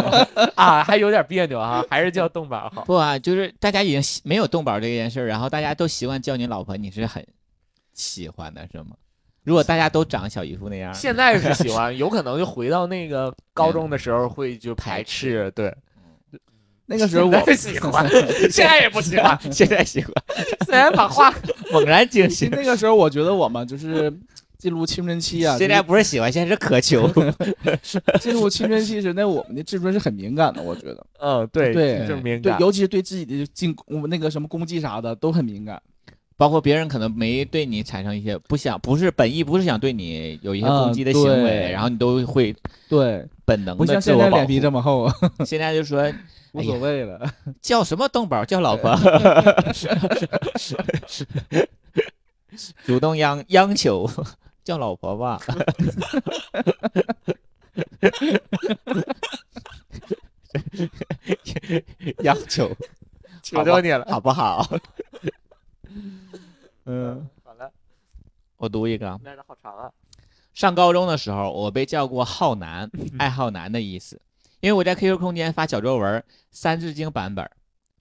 Speaker 1: 啊，还有点别扭啊，还是叫动版 好。
Speaker 2: 不啊，就是大家已经习没有动保这件事儿，然后大家都习惯叫你老婆，你是很喜欢的，是吗？如果大家都长小姨夫那样儿，
Speaker 1: 现在是喜欢，有可能就回到那个高中的时候会就排斥，对，
Speaker 4: 那个 时候我
Speaker 1: 现在喜欢，现在也不喜欢，
Speaker 2: 现在喜欢，
Speaker 1: 虽然把话
Speaker 2: 猛然惊
Speaker 4: 其实
Speaker 2: 醒。
Speaker 4: 那个时候我觉得我们就是 进入青 春期啊，
Speaker 2: 现在不是喜欢，现在是渴 求。
Speaker 4: 就是进入青春期时，那我们的自尊是很敏感的，我觉得
Speaker 1: 嗯，对
Speaker 4: 对
Speaker 1: 就是敏
Speaker 4: 对
Speaker 1: 感，，
Speaker 4: 尤其是对自己的进攻那个什么攻击啥的都很敏感。
Speaker 2: 包括别人可能没对你产生一些不想，不是本意，不是想对你有一些攻
Speaker 4: 嗯
Speaker 2: 击的行为，
Speaker 4: 对
Speaker 2: 然后你都会
Speaker 4: 对，
Speaker 2: 本能
Speaker 4: 不
Speaker 2: 的嗯
Speaker 4: 像
Speaker 2: 自
Speaker 4: 现
Speaker 2: 我
Speaker 4: 在
Speaker 2: 保
Speaker 4: 脸
Speaker 2: 护。哎
Speaker 4: 皮这么厚，啊
Speaker 2: 现在就说
Speaker 4: 无所谓了。
Speaker 2: 叫什么动宝，叫老婆， 主动央央求叫老婆吧。 央求
Speaker 1: 求求你了。
Speaker 2: 好不好？
Speaker 1: 嗯，好了，
Speaker 2: 我读一个啊，
Speaker 1: 那个好长啊。
Speaker 2: 上高中的时候，我被叫过“浩南”，爱好男的意思，因为我在 QQ 空间发小作文《三字经》版本儿，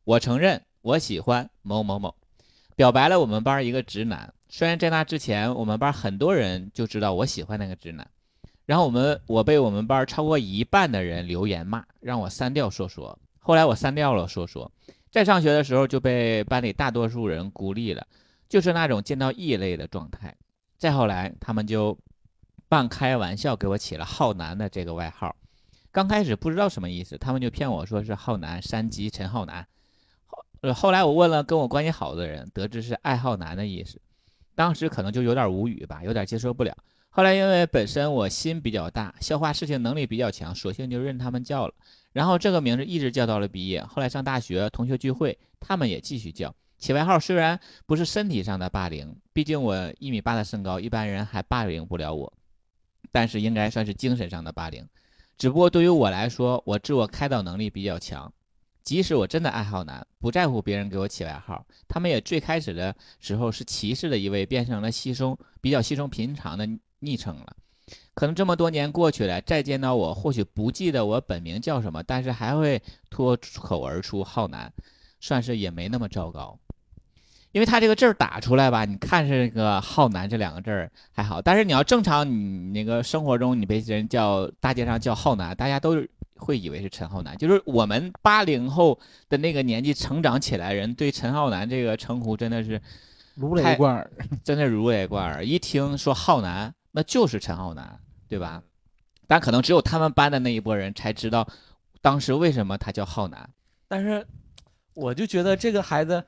Speaker 2: 我承认我喜欢某某某，表白了我们班一个直男。虽然在那之前，我们班很多人就知道我喜欢那个直男，然后我们我被我们班超过一半的人留言骂，让我删掉说说。后来我删掉了说说，在上学的时候就被班里大多数人孤立了，就是那种见到异类的状态。再后来，他们就半开玩笑给我起了“浩南”的这个外号。刚开始不知道什么意思，他们就骗我说是浩南山鸡陈浩南。后呃后来我问了跟我关系好的人，得知是爱浩南的意思。当时可能就有点无语吧，有点接受不了。后来因为本身我心比较大，消化事情能力比较强，索性就任他们叫了。然后这个名字一直叫到了毕业。后来上大学，同学聚会，他们也继续叫。起外号虽然不是身体上的霸凌，毕竟我一米八的身高，一般人还霸凌不了我。但是应该算是精神上的霸凌。只不过对于我来说，我自我开导能力比较强，即使我真的爱好男，不在乎别人给我起外号，他们也最开始的时候是歧视的一位，变成了稀松比较稀松平常的昵称了。可能这么多年过去了，再见到我，或许不记得我本名叫什么，但是还会脱口而出“浩南”，算是也没那么糟糕。因为他这个字儿打出来吧，你看是个“浩南”这两个字儿还好，但是你要正常你那个生活中，你被人叫大街上叫浩南，大家都会以为是陈浩南。就是我们八零后的那个年纪成长起来人，对陈浩南这个称呼真的是
Speaker 4: 如
Speaker 2: 雷
Speaker 4: 雷贯耳，
Speaker 2: 真的如雷贯耳。一听说浩南，那就是陈浩南，对吧？但可能只有他们班的那一波人才知道，当时为什么他叫浩南，
Speaker 1: 但是我就觉得这个孩子，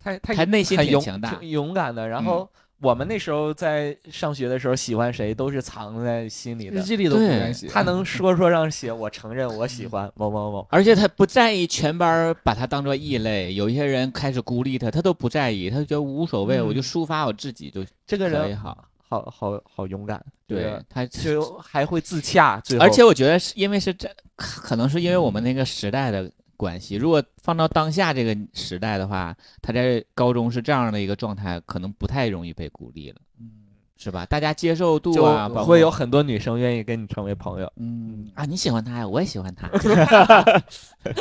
Speaker 1: 他他
Speaker 2: 他内心
Speaker 1: 很
Speaker 2: 挺
Speaker 1: 勇
Speaker 2: 强大嗯
Speaker 1: 挺勇敢的。然后我们那时候在上学的时候喜欢谁都是藏在心里
Speaker 4: 日
Speaker 1: 的，
Speaker 4: 记里都不
Speaker 2: 对
Speaker 4: 敢写。
Speaker 1: 他能说说让写，我承认我
Speaker 2: 嗯
Speaker 1: 喜欢某某某。
Speaker 2: 而且他不在意全班儿把他当做异类，有一些人开始孤立他，他都不在意，他就觉得无所谓，
Speaker 1: 嗯
Speaker 2: 我就抒发我自己就
Speaker 1: 这个
Speaker 2: 可以
Speaker 1: 人
Speaker 2: 好。
Speaker 1: 好好好勇敢，这
Speaker 2: 对
Speaker 1: 个
Speaker 2: 他，
Speaker 1: 就还会自洽，最后
Speaker 2: 而且我觉得是因为是这，可可能是因为我们那个时代的关系，如果放到当下这个时代的话，他在高中是这样的一个状态，可能不太容易被孤立了，
Speaker 4: 嗯
Speaker 2: 是吧？大家接受度
Speaker 1: 就
Speaker 2: 啊，包括
Speaker 1: 会有很多女生愿意跟你成为朋友。
Speaker 4: 嗯，
Speaker 2: 啊，你喜欢他呀，我也喜欢他，
Speaker 4: 哎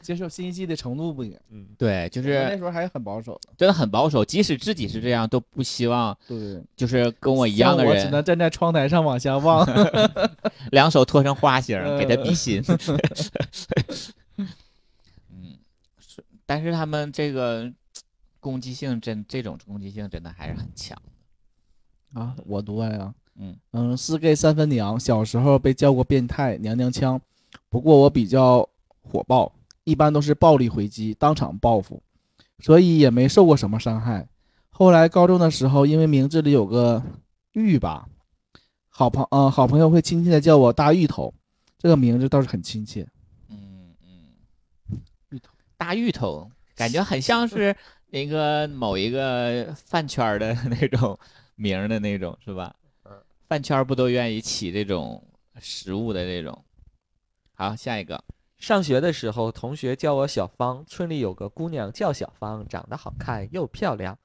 Speaker 4: 接受信息的程度不一样，
Speaker 1: 嗯，
Speaker 2: 对，就
Speaker 4: 我那
Speaker 2: 是
Speaker 4: 时候还很保守的。
Speaker 2: 真的很保守，即使自己是这样，都不希望
Speaker 4: 对对对，
Speaker 2: 就是跟我一样的
Speaker 4: 像我只
Speaker 2: 人，
Speaker 4: 能站在窗台上往下望。
Speaker 2: 两手托成花心儿，给他
Speaker 4: 呃
Speaker 2: 比心。 嗯，是，但是他们这个攻击性真，这种攻击性真的还是很强。
Speaker 4: 啊，我读完了。
Speaker 2: 嗯
Speaker 4: 嗯，四 K 三分娘，小时候被叫过变态、娘娘腔，不过我比较火爆，一般都是暴力回击，当场报复，所以也没受过什么伤害。后来高中的时候，因为名字里有个玉吧，好朋呃好朋友会亲切的叫我大芋头，这个名字倒是很亲切。
Speaker 2: 嗯嗯，
Speaker 4: 芋头，
Speaker 2: 大芋头，感觉很像是那个某一个饭圈儿的 那种名儿的那种，是吧
Speaker 1: 嗯？
Speaker 2: 饭圈儿不都愿意起这种食物的这种？好，下一个，
Speaker 1: 上学的时候，同学叫我小芳，村里有个姑娘叫小芳，长得好看又漂亮，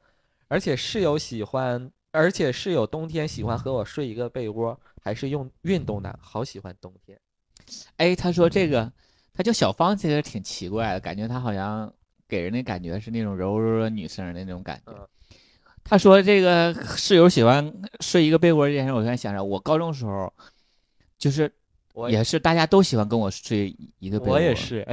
Speaker 1: 而且室友喜欢，而且室友冬天喜欢和我睡一个被窝，还是用运动的，好喜欢冬天。
Speaker 2: 哎，他说这个，他叫小芳，其实挺奇怪的，感觉他好像给人的感觉是那种柔柔的女生的那种感觉
Speaker 1: 嗯。
Speaker 2: 他说这个室友喜欢睡一个被窝这件事，我突然想起来，我高中时候就是
Speaker 1: 我
Speaker 2: 也是大家都喜欢跟我睡一个被窝，
Speaker 1: 我也，是，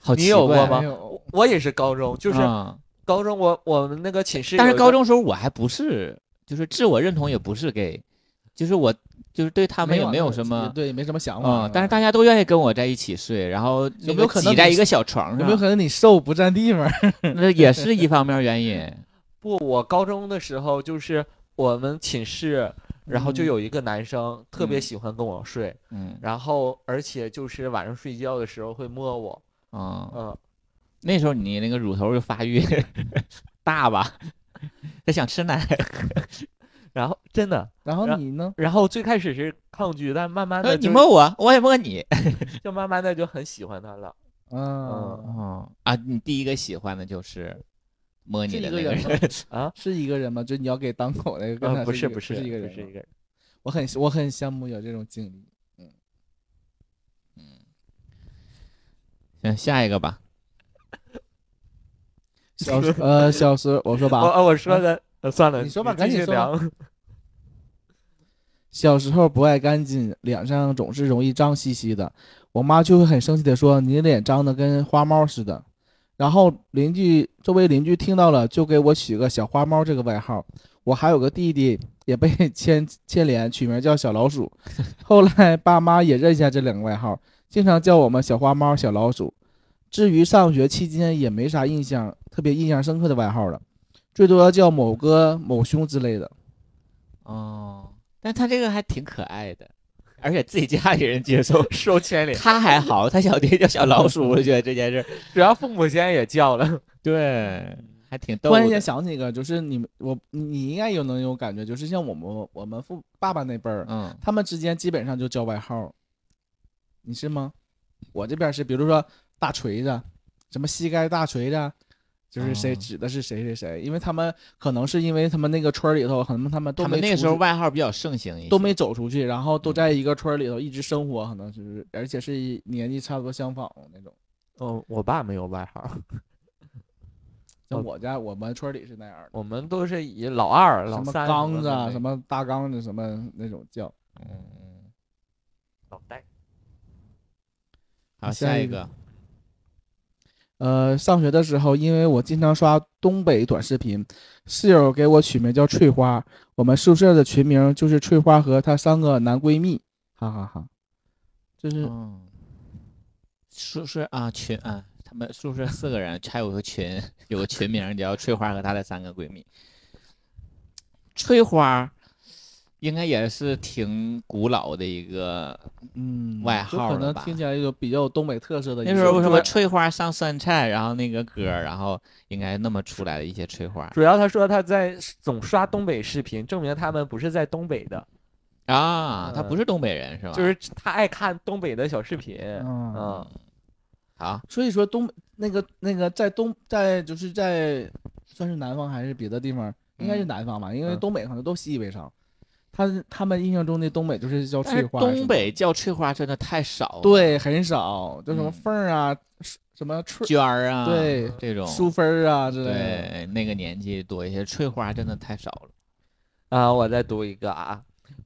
Speaker 2: 好
Speaker 1: 你
Speaker 2: 奇
Speaker 1: 有
Speaker 2: 怪
Speaker 1: 过
Speaker 2: 啊
Speaker 1: 吗
Speaker 4: 哎呦
Speaker 1: 我也是高中，就是
Speaker 2: 嗯
Speaker 1: 高中我我们那个寝室有一
Speaker 2: 但
Speaker 1: 个，
Speaker 2: 是高中时候我还不是，就是自我认同也不是 gay，就是我就是对他们也没有什么。
Speaker 4: 对，也没什么想法
Speaker 2: 嗯，。但是大家都愿意跟我在一起睡，然后
Speaker 4: 啊有
Speaker 2: 那
Speaker 4: 没
Speaker 2: 个
Speaker 4: 有可能
Speaker 2: 挤在
Speaker 4: 你
Speaker 2: 一个小床上，
Speaker 4: 有没有可能你瘦不占地方？
Speaker 2: 那也是一方面原因。
Speaker 1: 不，我高中的时候就是我们寝室，然后就
Speaker 4: 嗯
Speaker 1: 有一个男生特别
Speaker 2: 嗯
Speaker 1: 喜欢跟我睡，
Speaker 2: 嗯
Speaker 1: 然后而且就是晚上睡觉的时候会摸我，
Speaker 2: 嗯，
Speaker 1: 嗯，
Speaker 2: 那时候你那个乳头就发育 大吧？他想吃奶，
Speaker 1: 然后真的，
Speaker 4: 然后
Speaker 1: 然
Speaker 4: 你呢？
Speaker 1: 然后最开始是抗拒，但慢慢的
Speaker 2: 呃 你
Speaker 1: 就
Speaker 2: 摸我，我也摸你。
Speaker 1: 就慢慢的就很喜欢他了，
Speaker 4: 嗯，
Speaker 2: 哦啊，你第一个喜欢的就是摸你
Speaker 4: 是
Speaker 2: 的
Speaker 4: 一个
Speaker 2: 那个
Speaker 4: 人
Speaker 2: 人。
Speaker 4: 吗？
Speaker 1: 啊
Speaker 4: 是一个人吗？就你要给当口那个跟
Speaker 1: 呃，
Speaker 4: 他
Speaker 1: 不
Speaker 4: 是一
Speaker 1: 是
Speaker 4: 个
Speaker 1: 不是
Speaker 4: 是一个
Speaker 1: 不
Speaker 4: 人
Speaker 1: 是
Speaker 4: 吗
Speaker 1: 一个人，
Speaker 4: 我很我很羡慕有这种经历。
Speaker 2: 行，下一个吧。
Speaker 4: 小时呃，小时我说吧
Speaker 1: 我
Speaker 4: 啊，
Speaker 1: 呃我说的呃算了，
Speaker 4: 你说吧
Speaker 1: 继
Speaker 4: 赶紧
Speaker 1: 续
Speaker 4: 说吧
Speaker 1: 聊，。
Speaker 4: 小时候不爱干净，脸上总是容易脏兮兮的，我妈就会很生气的说：“你脸脏的跟花猫似的。”然后邻居周围邻居听到了，就给我取个小花猫这个外号。我还有个弟弟也被牵牵连，取名叫小老鼠。后来爸妈也认下这两个外号，经常叫我们小花猫、小老鼠。至于上学期间也没啥印象，特别印象深刻的外号了，最多叫某哥、某兄之类的。
Speaker 2: 哦，但他这个还挺可爱的，而且自己家里人接受
Speaker 1: 受牵连，
Speaker 2: 他还好，他小弟叫小老鼠，我就觉得这件事儿
Speaker 1: 只要父母先也叫了，
Speaker 2: 对还挺逗
Speaker 4: 突然
Speaker 2: 的
Speaker 4: 间。想起一个，就是你们我你应该有能有感觉，就是像我们我们父爸爸那辈儿，
Speaker 2: 嗯，
Speaker 4: 他们之间基本上就叫外号，你是吗？我这边是，比如说大锤子，什么膝盖大锤子，就是谁
Speaker 2: 哦
Speaker 4: 指的是谁谁谁，因为他们可能是因为他们那个村儿里头，可能他们都
Speaker 2: 他
Speaker 4: 没
Speaker 2: 们那个
Speaker 4: 出
Speaker 2: 时候
Speaker 4: 去
Speaker 2: 外号比较盛行一些。
Speaker 4: 都没走出去，然后都
Speaker 2: 嗯
Speaker 4: 在一个村儿里头一直生活，可能就是而且是一年纪差不多相仿的那种。
Speaker 1: 嗯，我爸没有外号，
Speaker 4: 像
Speaker 1: 哦
Speaker 4: 我家我们村儿里是那样的，
Speaker 1: 我们都是以老二、
Speaker 4: 什
Speaker 1: 老
Speaker 4: 么
Speaker 1: 三、
Speaker 4: 刚子啊，
Speaker 1: 什
Speaker 4: 什
Speaker 1: 么
Speaker 4: 么大刚子，什么那种叫。
Speaker 2: 嗯嗯。
Speaker 1: 老戴，
Speaker 2: 好，
Speaker 4: 下
Speaker 2: 下
Speaker 4: 一
Speaker 2: 一
Speaker 4: 个
Speaker 2: 个。
Speaker 4: 呃，上学的时候，因为我经常刷东北短视频，室友给我取名叫翠花，我们宿舍的群名就是翠花和她三个男闺蜜，哈哈哈。就是
Speaker 2: 嗯，宿舍啊群啊，他们宿舍四个人，还有个群，有个群名儿叫翠花和她的三个闺蜜。吹花儿应该也是挺古老的一个。
Speaker 4: 嗯，
Speaker 2: 外
Speaker 4: 就
Speaker 2: 号
Speaker 4: 可
Speaker 2: 了
Speaker 4: 能
Speaker 2: 吧
Speaker 4: 听起来有比较有东北特色的一
Speaker 2: 那
Speaker 4: 个。
Speaker 2: 时候为什么
Speaker 1: 对
Speaker 2: 吹花上酸菜，然后那个歌儿，然后应该那么出来的一些吹花
Speaker 1: 主要他说他在总刷东北视频，证明他们不是在东北的，
Speaker 2: 啊，他
Speaker 1: 嗯
Speaker 2: 不是东北人是吧？
Speaker 1: 就是他爱看东北的小视频。
Speaker 4: 嗯
Speaker 1: 嗯，
Speaker 2: 好，
Speaker 4: 所以说东那个那个在东在就是在算是南方还是别的地方，应该是南方吧，因为
Speaker 1: 嗯
Speaker 4: 东北可能都习以为常。他他们印象中的东北就是叫
Speaker 2: 但
Speaker 4: 翠
Speaker 2: 是
Speaker 4: 花什么的，
Speaker 2: 东北叫翠花真的太少了，
Speaker 4: 对很少，就什么
Speaker 2: 嗯
Speaker 4: 凤儿啊，什什么春
Speaker 2: 娟儿啊，
Speaker 4: 对
Speaker 2: 这种
Speaker 4: 淑芬儿啊之类的。
Speaker 2: 对那个年纪多一些，翠花真的太少了。
Speaker 1: 啊，我再读一个啊，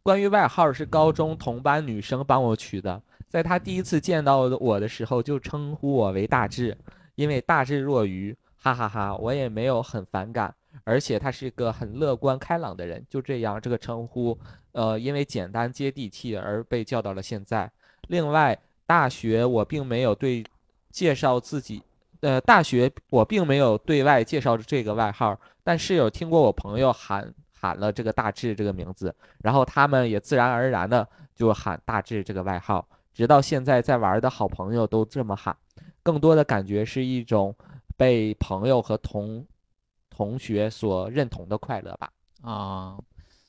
Speaker 1: 关于外号是高中同班女生帮我取的，在她第一次见到我的时候就称呼我为大志，因为大智若愚，哈哈哈我也没有很反感，而且她是个很乐观开朗的人，就这样这个称呼，呃，因为简单接地气而被叫到了现在。另外，大学我并没有对介绍自己，呃，大学我并没有对外介绍这个外号，但室友听过我朋友喊喊了这个大志这个名字，然后他们也自然而然的就喊大志这个外号，直到现在在玩的好朋友都这么喊，更多的感觉是一种被朋友和同同学所认同的快乐吧。
Speaker 2: 啊，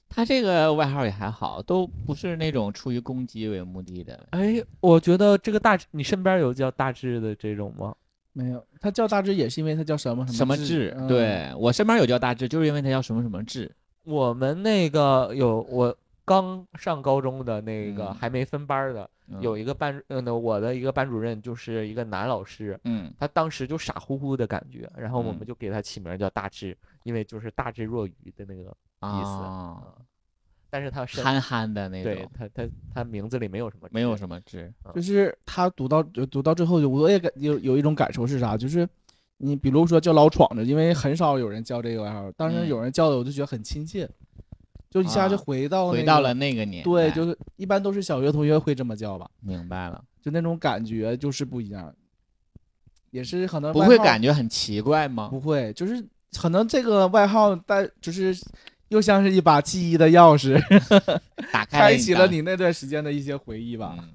Speaker 2: 他这个外号也还好，都不是那种出于攻击为目的的。
Speaker 1: 哎，我觉得这个大，你身边有叫大志的这种吗？
Speaker 4: 没有，他叫大志也是因为他叫什么
Speaker 2: 什
Speaker 4: 么
Speaker 2: 么
Speaker 4: 志
Speaker 2: 志？，
Speaker 4: 嗯
Speaker 2: 对我身边有叫大志，就是因为他叫什么什么志。
Speaker 1: 我们那个有我刚上高中的那个
Speaker 2: 嗯
Speaker 1: 还没分班儿的，
Speaker 2: 嗯
Speaker 1: 有一个班，呃，那我的一个班主任就是一个男老师，
Speaker 2: 嗯，
Speaker 1: 他当时就傻乎乎的感觉，然后我
Speaker 2: 嗯
Speaker 1: 们就给他起名叫大智，因为就是大智若愚的那个，
Speaker 2: 啊，
Speaker 1: 但是他身
Speaker 2: 憨憨的那
Speaker 1: 对
Speaker 2: 种，
Speaker 1: 他他他名字里没有什么
Speaker 2: 没有
Speaker 1: 么
Speaker 2: 什么志。
Speaker 4: 就是他读到读到最后，我也感有有一种感受是啥？就是你比如说叫老闯子，因为很少有人叫这个外号，当时
Speaker 2: 嗯
Speaker 4: 有人叫的，我就觉得很亲切，就一下
Speaker 2: 啊
Speaker 4: 就回到、
Speaker 2: 回到了。哎那个年代，
Speaker 4: 哦对，就是一般都是小学同学会这么叫吧，
Speaker 2: 明白了，
Speaker 4: 就那种感觉就是不一样，也是可能
Speaker 2: 不会
Speaker 4: 感
Speaker 2: 感觉很奇怪吗？
Speaker 4: 不会，就是可能这个外号带就是又像是一把记忆的钥匙，
Speaker 2: 打开
Speaker 4: 开启了
Speaker 2: 你
Speaker 4: 你那段时间的一些回忆
Speaker 2: 的
Speaker 4: 吧。
Speaker 2: 嗯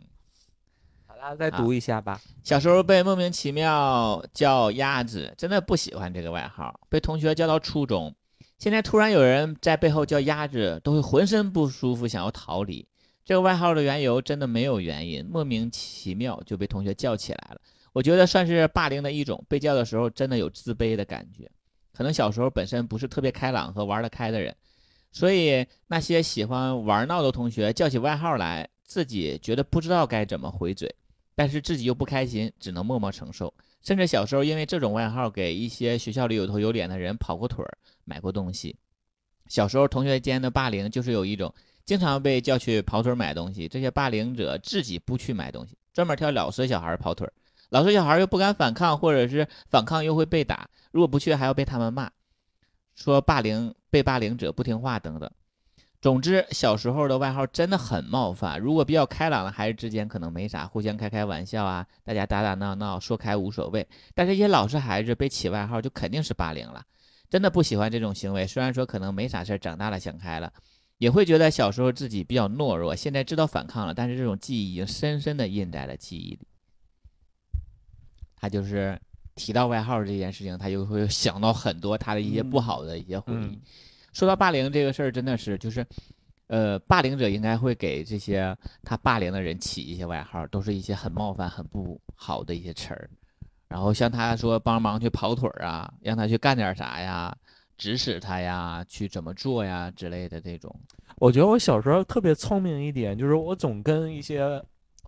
Speaker 1: 好啦，再
Speaker 2: 啊
Speaker 1: 读一下吧。
Speaker 2: 小时候被莫名其妙叫鸭子，真的不喜欢这个外号，被同学叫到初中。现在突然有人在背后叫鸭子，都会浑身不舒服，想要逃离。这个外号的缘由真的没有原因，莫名其妙就被同学叫起来了。我觉得算是霸凌的一种，被叫的时候真的有自卑的感觉。可能小时候本身不是特别开朗和玩得开的人，所以那些喜欢玩闹的同学叫起外号来，自己觉得不知道该怎么回嘴。但是自己又不开心，只能默默承受。甚至小时候因为这种外号，给一些学校里有头有脸的人跑过腿儿、买过东西。小时候同学间的霸凌就是有一种经常被叫去跑腿儿买东西，这些霸凌者自己不去买东西，专门挑老实小孩儿跑腿儿。老实小孩儿又不敢反抗，或者是反抗又会被打，如果不去还要被他们骂，说霸凌被霸凌者不听话等等。总之，小时候的外号真的很冒犯。如果比较开朗的孩子之间，可能没啥，互相开开玩笑啊，大家打打闹闹，说开无所谓。但是，一些老实孩子被起外号，就肯定是霸凌了。真的不喜欢这种行为。虽然说可能没啥事儿，长大了想开了，也会觉得小时候自己比较懦弱，现在知道反抗了，但是这种记忆已经深深的印在了记忆里。他就是提到外号这件事情，他就会想到很多他的一些不
Speaker 4: 嗯
Speaker 2: 好的一些回忆。
Speaker 1: 嗯
Speaker 2: 说到霸凌这个事儿，真的是就是，呃，霸凌者应该会给这些他霸凌的人起一些外号，都是一些很冒犯、很不好的一些词儿。然后像他说帮忙去跑腿儿啊，让他去干点啥呀，指使他呀，去怎么做呀之类的这种。
Speaker 1: 我觉得我小时候特别聪明一点，就是我总跟一些
Speaker 2: 嗯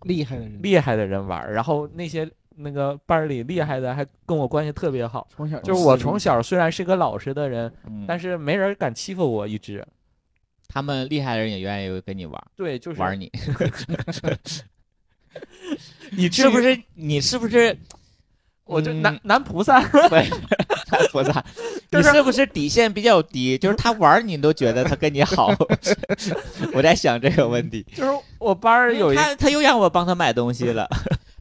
Speaker 4: 厉害的人，
Speaker 1: 厉害的人玩儿，然后那些那个班儿里厉害的还跟我关系特别好。
Speaker 4: 从小
Speaker 1: 就是
Speaker 4: 是
Speaker 1: 我从小虽然是个老实的人，
Speaker 2: 嗯，
Speaker 1: 但
Speaker 2: 是
Speaker 1: 是没人敢欺负我一直。
Speaker 2: 他们厉害的人也愿意跟你玩儿
Speaker 1: 对，就是
Speaker 2: 玩儿你，
Speaker 1: 以至
Speaker 2: 是不
Speaker 1: 于
Speaker 2: 是？ 你是不是？
Speaker 1: 我就
Speaker 2: 嗯
Speaker 1: 男男菩萨，
Speaker 2: 菩萨，
Speaker 1: 就
Speaker 2: 你
Speaker 1: 是
Speaker 2: 是不是底线比较低？就是他玩儿你都觉得他跟你 好，我在想这个问题。
Speaker 1: 就是我班儿有一
Speaker 2: 嗯他他又让我帮他买东西了，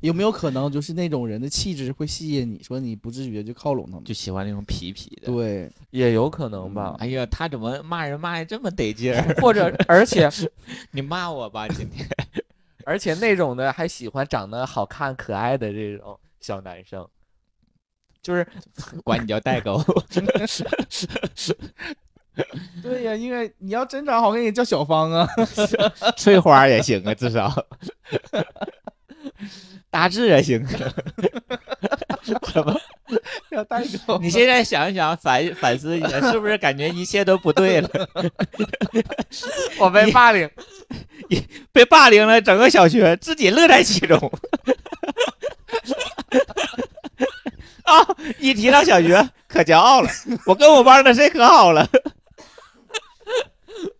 Speaker 4: 有没有可能就是那种人的气质会吸引你，说你不自觉就靠拢他们？
Speaker 2: 就喜欢那种痞痞的。
Speaker 4: 对，
Speaker 1: 也有可能吧。
Speaker 2: 哎呀，他怎么骂人骂的这么得劲儿？
Speaker 1: 或者，而且
Speaker 2: 你骂我吧，今天。
Speaker 1: 而且那种的还喜欢长得好看可爱的这种小男生，就是
Speaker 2: 管你叫代沟，
Speaker 4: 对呀、因为你要真长好看，也叫小芳啊。
Speaker 2: 翠花儿也行啊，至少大志也行啊。 什 么？
Speaker 4: 要带 走
Speaker 2: 你现在想一想，反反思一下，是不是感觉一切都不对了？
Speaker 1: 我被霸凌，
Speaker 2: 被霸凌了，整个小学自己乐在其中。啊！一提到小学，可骄傲了。我跟我班的谁可好了？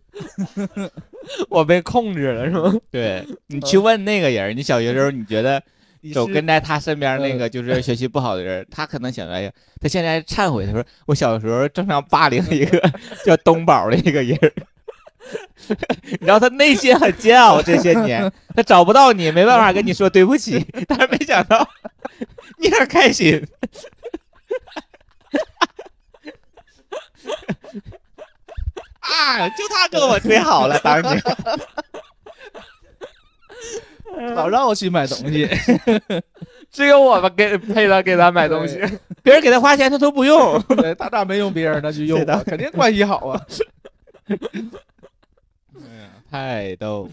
Speaker 1: 我被控制了，是 吗？
Speaker 2: 对你去问那个人，你小学时候你觉得
Speaker 4: 你
Speaker 2: 走
Speaker 4: 是
Speaker 2: 跟在他身边那
Speaker 4: 嗯
Speaker 2: 个就是学习不好的人，他可能想着，哎呀，他现在忏悔，他说我小时候正常霸凌一个叫东宝的一个 人，你知道他内心很煎熬这些年，他找不到你，没办法跟你说对不起，但是没想到你很开心。 啊！就他跟我最好了，当年。嗯
Speaker 4: 老让我去买东西，
Speaker 1: 只有我们给配他给他买东西，
Speaker 2: 别人给他花钱他都不用。
Speaker 4: 对他咋没用别人，他就用
Speaker 2: 对的
Speaker 4: 我，肯定关系好啊。
Speaker 2: 太逗。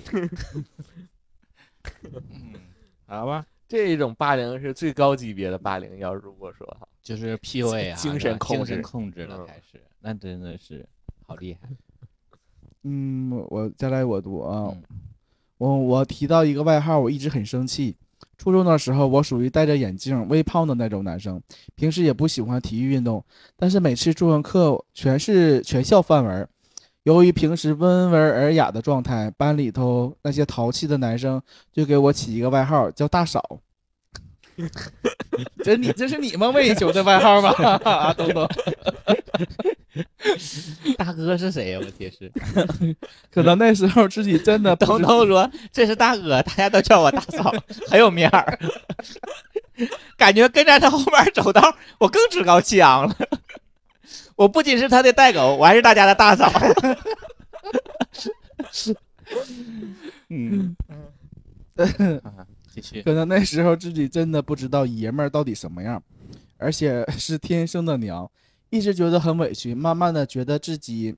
Speaker 2: 好吧，
Speaker 1: 这种霸凌是最高级别的霸凌。要如果说哈，
Speaker 2: 就是 PUA 啊，
Speaker 1: 精
Speaker 2: 是吧
Speaker 1: 神控
Speaker 2: 精神
Speaker 1: 制
Speaker 2: 控制了
Speaker 1: 嗯
Speaker 2: 开始，那真的是好厉 害。
Speaker 4: 嗯，我再来我读啊，
Speaker 2: 嗯
Speaker 4: 我我提到一个外号，我一直很生气。初中的时候，我属于戴着眼镜、微胖的那种男生，平时也不喜欢体育运动，但是每次中文课全是全校范文儿。由于平时温文尔雅的状态，班里头那些淘气的男生就给我起一个外号叫“大嫂”。这是你这是你梦寐以求的外 号吧，东东？
Speaker 2: 大哥是谁呀？我天 是
Speaker 4: 可能那时候自己真的不知
Speaker 2: 东东说 这是大哥，大家都叫我大嫂， 很有面儿。 感觉跟在他后面走道，我更趾高气昂了。 我不仅是他的代狗，我还是大家的大 嫂。 嗯，
Speaker 1: 嗯
Speaker 2: 啊继续。
Speaker 4: 可能那时候自己真的不知道爷们儿到底什么样，而且 是天生的娘，一直觉得很委屈，慢慢的觉得自己，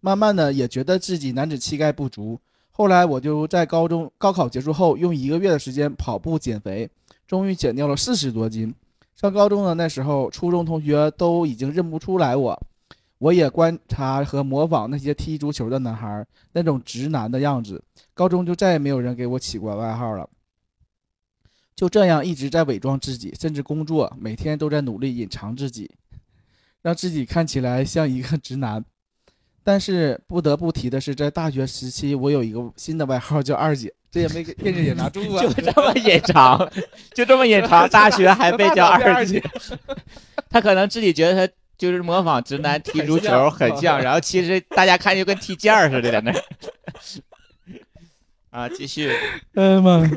Speaker 4: 慢慢的也觉得自己男子气概不足。后来我就在高中高考结束后，用一个月的时间跑步减肥，终于减掉了四十多斤。上高中的那时候，初中同学都已经认不出来我，我也观察和模仿那些踢足球的男孩儿那种直男的样子。高中就再也没有人给我起过外号了。就这样一直在伪装自己，甚至工作，每天都在努力隐藏自己，让自己看起来像一个直男。但是不得不提的是，在大学时期，我有一个新的外号叫二姐，这也没给电视也拿住 啊，
Speaker 2: 就这么隐藏，就这么隐藏，大学还被叫二姐。 他可能自己觉得他就是模仿直男踢足球很像，然后其实大家看就跟踢毽儿似的在那儿。 啊，继续
Speaker 4: 哎呀妈，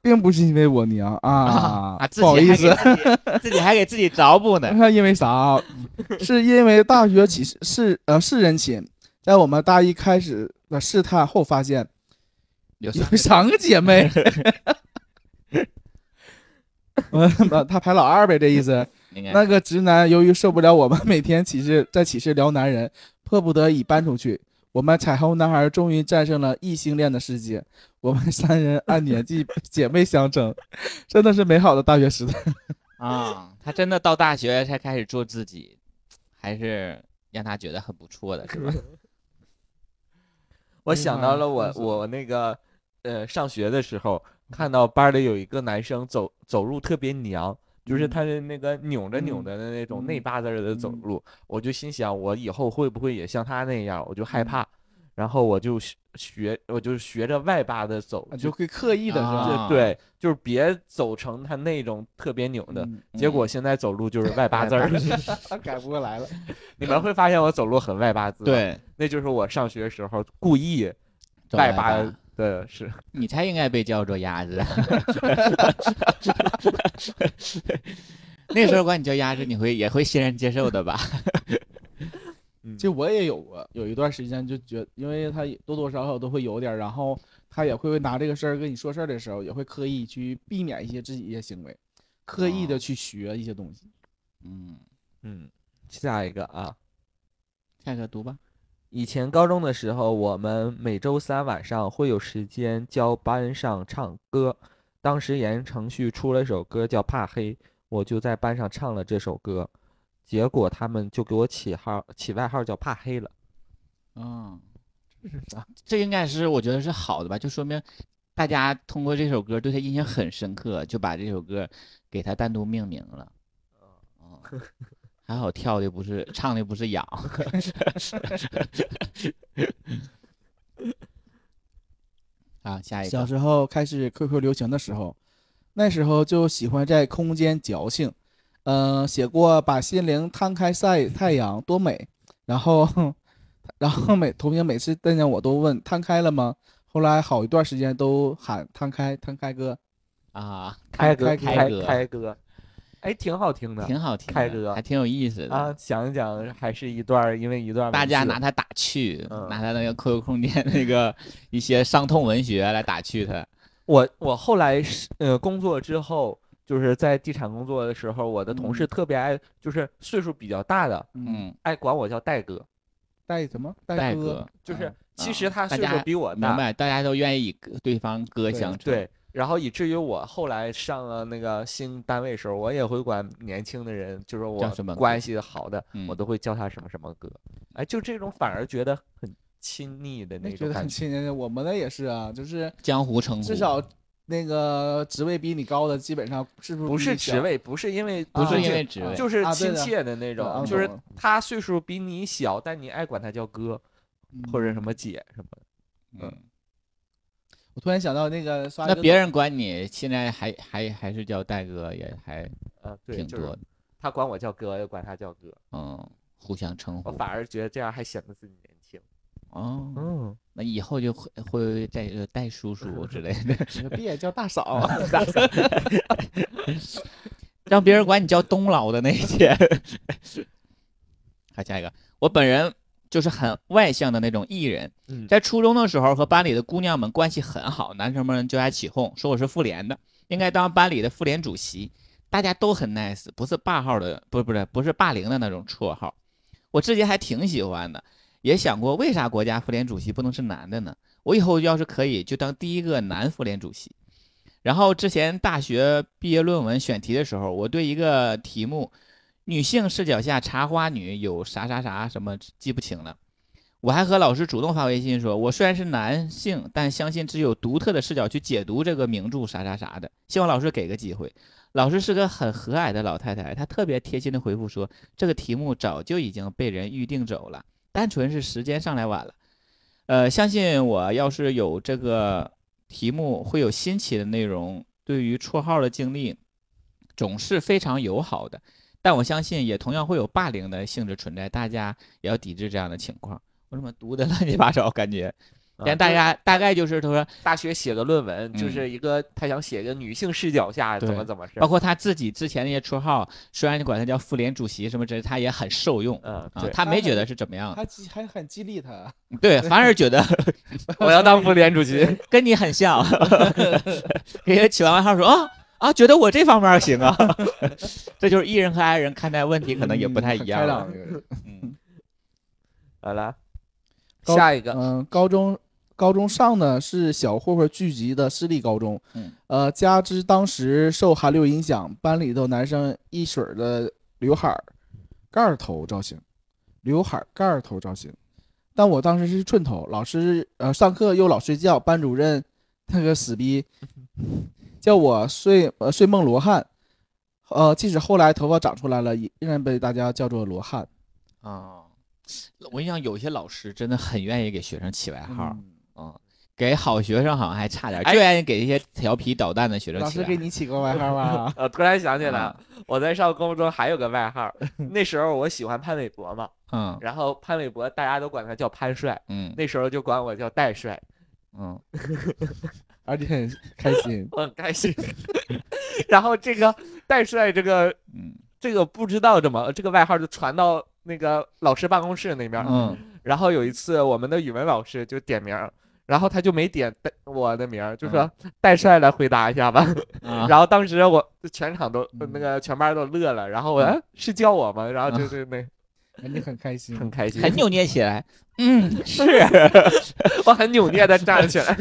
Speaker 4: 并不是因为我娘 啊，
Speaker 2: 啊，自
Speaker 4: 不好
Speaker 2: 己
Speaker 4: 意
Speaker 2: 还给
Speaker 4: 思，
Speaker 2: 自己，自己还给自己找补呢。
Speaker 4: 那因为啥？是因为大学寝是呃是人寝，在我们大一开始的试探后发现，
Speaker 2: 有
Speaker 4: 有三个姐 妹。我那呃他排老二呗，这意 思。
Speaker 2: 应该
Speaker 4: 那个直男由于受不了我们每天寝室在寝室聊男人，迫不得已搬出去。我们彩虹男孩终于战胜了异性恋的世界。我们三人按年 纪姐妹相称，真的是美好的大学时代。
Speaker 2: 啊，他真的到大学才开始做自己，还是让他觉得很不错的，是吧？
Speaker 1: 我想到了我我那个呃上学的时候，看到班里有一个男生走走路特别娘，就是
Speaker 4: 嗯
Speaker 1: 他的那个扭着扭着的那种
Speaker 4: 嗯
Speaker 1: 内八字儿的走
Speaker 4: 嗯
Speaker 1: 路，我就心想我以后会不会也像他那样，我就害
Speaker 4: 嗯
Speaker 1: 怕，然后我就学学我就学着外八的走，
Speaker 4: 啊就会刻意的
Speaker 2: 的
Speaker 4: 是
Speaker 2: 是吧
Speaker 4: 吧？
Speaker 1: 就对，就是别走成他那种特别扭的。
Speaker 4: 嗯
Speaker 1: 结果现在走路就是外八字儿，
Speaker 4: 改不过来了。
Speaker 1: 你们 会发现我走路很外八字。，
Speaker 2: 对，
Speaker 1: 那就是我上学时候故意
Speaker 2: 走
Speaker 1: 外
Speaker 2: 八
Speaker 1: 八对，是
Speaker 2: 你才应该被叫做鸭 子。那时候管你叫鸭子，你会也会欣然接受的吧？
Speaker 1: 嗯
Speaker 4: 其实我也有过，有一段时间就觉因为他也多多少少都会有点儿，然后他也会拿这个事儿跟你说事儿的时候，也会刻意去避免一些自己一些行为，刻意
Speaker 2: 哦
Speaker 4: 的去学一些东西。
Speaker 2: 嗯，
Speaker 1: 嗯，下一个啊，
Speaker 2: 下一个读吧。
Speaker 1: 以前高中的时候，我们每周三晚上会有时间教班上唱歌。当时言承旭出了一首歌叫《怕黑》，我就在班上唱了这首歌，结果他们就给我起号起外号叫“怕黑”了。
Speaker 2: 嗯，这应该是我觉得是好的吧，就说明大家通过这首歌对他印象很深刻，就把这首歌给他单独命名了。哦，还好跳的不是唱的不是 痒。啊，下一
Speaker 4: 小
Speaker 2: 个，
Speaker 4: 时候开始 QQ 流行的时候，那时候就喜欢在空间矫情，呃，写过把心灵摊开晒太阳多美，然后，然后每同学每次瞪见我都问摊开了吗？后来好一段时间都喊摊开摊开哥，
Speaker 2: 啊，
Speaker 1: 开
Speaker 4: 歌
Speaker 1: 歌，
Speaker 4: 开
Speaker 1: 开
Speaker 2: 歌
Speaker 1: 开歌，哎，挺好听的
Speaker 2: 挺好听的，
Speaker 1: 开歌
Speaker 2: 还挺有意思的。
Speaker 1: 啊。想一想，还是一段儿，因为一段儿
Speaker 2: 大
Speaker 1: 文
Speaker 2: 家
Speaker 1: 字
Speaker 2: 拿它打趣，
Speaker 1: 嗯
Speaker 2: 拿它那个 QQ 空间那个一些伤痛文学来打趣它。
Speaker 1: 我我后来是呃工作之后，就是在地产工作的时候，我的同事特别爱，就是岁数比较大的，
Speaker 2: 嗯，
Speaker 1: 爱管我叫戴哥，
Speaker 4: 带什么带
Speaker 2: 戴
Speaker 4: 哥
Speaker 2: 哥，
Speaker 1: 就是
Speaker 2: 嗯
Speaker 1: 其
Speaker 2: 啊
Speaker 1: 实他
Speaker 2: 大
Speaker 1: 岁数
Speaker 2: 家
Speaker 1: 比我
Speaker 2: 明
Speaker 1: 大，
Speaker 2: 白，大家都愿意以歌对方歌
Speaker 4: 对
Speaker 2: 相称。
Speaker 1: 对，然后以至于我后来上了那个新单位的时候，我也会管年轻的人，就是我
Speaker 2: 叫什么歌
Speaker 1: 关系好的，
Speaker 2: 嗯
Speaker 1: 我都会叫他什么什么哥，哎，就这种反而觉得很亲昵的那
Speaker 4: 那哎觉
Speaker 1: 种
Speaker 4: 得
Speaker 1: 感
Speaker 4: 很
Speaker 1: 觉，
Speaker 4: 亲人。我们那也是啊，就是
Speaker 2: 江湖称呼。
Speaker 4: 至少那个职位比你高的，基本上是不是
Speaker 1: 不
Speaker 4: 比
Speaker 1: 是
Speaker 4: 你
Speaker 1: 职
Speaker 4: 小
Speaker 1: 位，不是因为啊
Speaker 2: 不
Speaker 1: 不
Speaker 2: 是
Speaker 1: 是
Speaker 2: 因
Speaker 1: 这
Speaker 2: 为职位，
Speaker 1: 就是
Speaker 4: 啊对
Speaker 1: 亲
Speaker 4: 的
Speaker 1: 切的那种，
Speaker 4: 啊
Speaker 1: 就是
Speaker 4: 懂了
Speaker 1: 他岁数比你小，但你爱管他叫哥
Speaker 4: 嗯
Speaker 1: 或者什么姐什么的。
Speaker 2: 嗯
Speaker 4: 我突然想到那个刷
Speaker 2: 那
Speaker 4: 一个
Speaker 2: 别人管你，现在还还还是叫戴哥，也还
Speaker 1: 呃，对，
Speaker 2: 挺
Speaker 1: 就
Speaker 2: 多
Speaker 1: 是
Speaker 2: 的。
Speaker 1: 他管我叫哥，又管他叫哥，
Speaker 2: 嗯，互相称
Speaker 1: 我
Speaker 2: 呼。
Speaker 1: 反而觉得这样还显得自己年轻。
Speaker 2: 哦，
Speaker 1: 嗯，
Speaker 2: 那以后就会会再呃戴叔 叔之类的，
Speaker 4: 别叫 大
Speaker 2: 啊
Speaker 1: 哦
Speaker 4: 嫂，
Speaker 2: 让别人管你叫东老的那一天。 看下一个，我本人就是很外向的那种艺人，
Speaker 1: 嗯
Speaker 2: 在初中的时候和班里的姑娘们关系很好，男生们就爱起哄，说我是妇联的，应该当班里的妇联主席，大家都很 nice，不是霸号的，不是不是不是霸凌的那种绰号，我自己还挺喜欢的，也想过为啥国家妇联主席不能是男的呢？我以后要是可以，就当第一个男妇联主席。然后之前大学毕业论文选题的时候，我对一个题目“女性视角下茶花女有啥啥啥什么”记不清了。我还和老师主动发微信说，我虽然是男性，但相信只有独特的视角去解读这个名著啥啥啥的，希望老师给个机会。老师是个很和蔼的老太太，她特别贴心的回复说，这个题目早就已经被人预定走了，单纯是时间上来晚了。呃，相信我要是有这个题目，会有新奇的内容。对于绰号的经历，总是非常友好的，但我相信也同样会有霸凌的性质存在，大家也要抵制这样的情况。我怎么读的 乱七八糟？感觉，
Speaker 1: 啊
Speaker 2: 但大
Speaker 1: 就是
Speaker 2: 家大概就是他说，
Speaker 1: 大学写个论文，就
Speaker 2: 嗯
Speaker 1: 是一个他想写一个女性视角下怎
Speaker 2: 对
Speaker 1: 么怎么是
Speaker 2: 包，括他自己之前那些绰号，虽然你管他叫妇联主席什么之类，他也很受用
Speaker 1: 嗯，
Speaker 2: 啊
Speaker 1: 对，，
Speaker 2: 他没觉得是怎么样，
Speaker 4: 还激还很激励他。
Speaker 2: 对，反而觉得
Speaker 1: 我要当妇联 主席，
Speaker 2: 跟你很像，给他起完外号说啊啊，觉得我这方面儿行啊， 这就是 E 人和 I 人看待问题可能也不太一样
Speaker 4: 嗯
Speaker 2: 了。
Speaker 4: 开朗这个人。
Speaker 2: 嗯，
Speaker 1: 好了，
Speaker 4: 高
Speaker 1: 下一个，
Speaker 4: 嗯，高中高中上的是小混混聚集的私立高中，
Speaker 2: 嗯，
Speaker 4: 呃，加之当时受韩流影响，班里头男生一水儿的刘海儿盖儿头造型，刘海儿盖儿头造型。但我当时是寸头，老师呃上课又老睡觉，班主任那个死 逼叫我睡呃睡梦罗汉，呃，即使后来头发长出来了，也仍然被大家叫做罗汉。
Speaker 2: 啊，我印象有些老师真的很愿意给学生起外号儿，
Speaker 4: 嗯
Speaker 2: 嗯，给好学生好像还差点儿，
Speaker 1: 哎？
Speaker 2: 就愿意给一些调皮捣蛋的学生
Speaker 4: 老
Speaker 2: 起
Speaker 4: 师
Speaker 2: 外号
Speaker 4: 给
Speaker 2: 儿。
Speaker 4: 你起过外号吗
Speaker 1: 呃，突然想起来
Speaker 2: 啊
Speaker 1: 了，我在上高中还有个 外号，那时候我喜欢潘玮柏嘛，
Speaker 2: 嗯
Speaker 1: 然后潘玮柏大家都管他叫潘帅，
Speaker 2: 嗯
Speaker 1: 那时候就管我叫戴帅，。
Speaker 2: 嗯，
Speaker 4: 而且很开心
Speaker 1: 我很开心。 然后这个戴帅这个
Speaker 2: 嗯
Speaker 1: 这个不知道怎么这个外号就传到那个老师办公室那边儿，
Speaker 2: 嗯
Speaker 1: 然后有一次我们的语文老师就点名儿。然后他就没点戴我的名儿，就说戴帅来回答一下吧。
Speaker 2: 啊，
Speaker 1: 然后当时我全场都
Speaker 4: 嗯
Speaker 1: 那个全班都乐了。然后我、
Speaker 2: 嗯
Speaker 1: 哎是叫我吗？然后就是那
Speaker 4: 感觉嗯很开心，
Speaker 1: 很开心，
Speaker 2: 还扭捏起来，嗯，是
Speaker 1: 我很扭捏的站起来。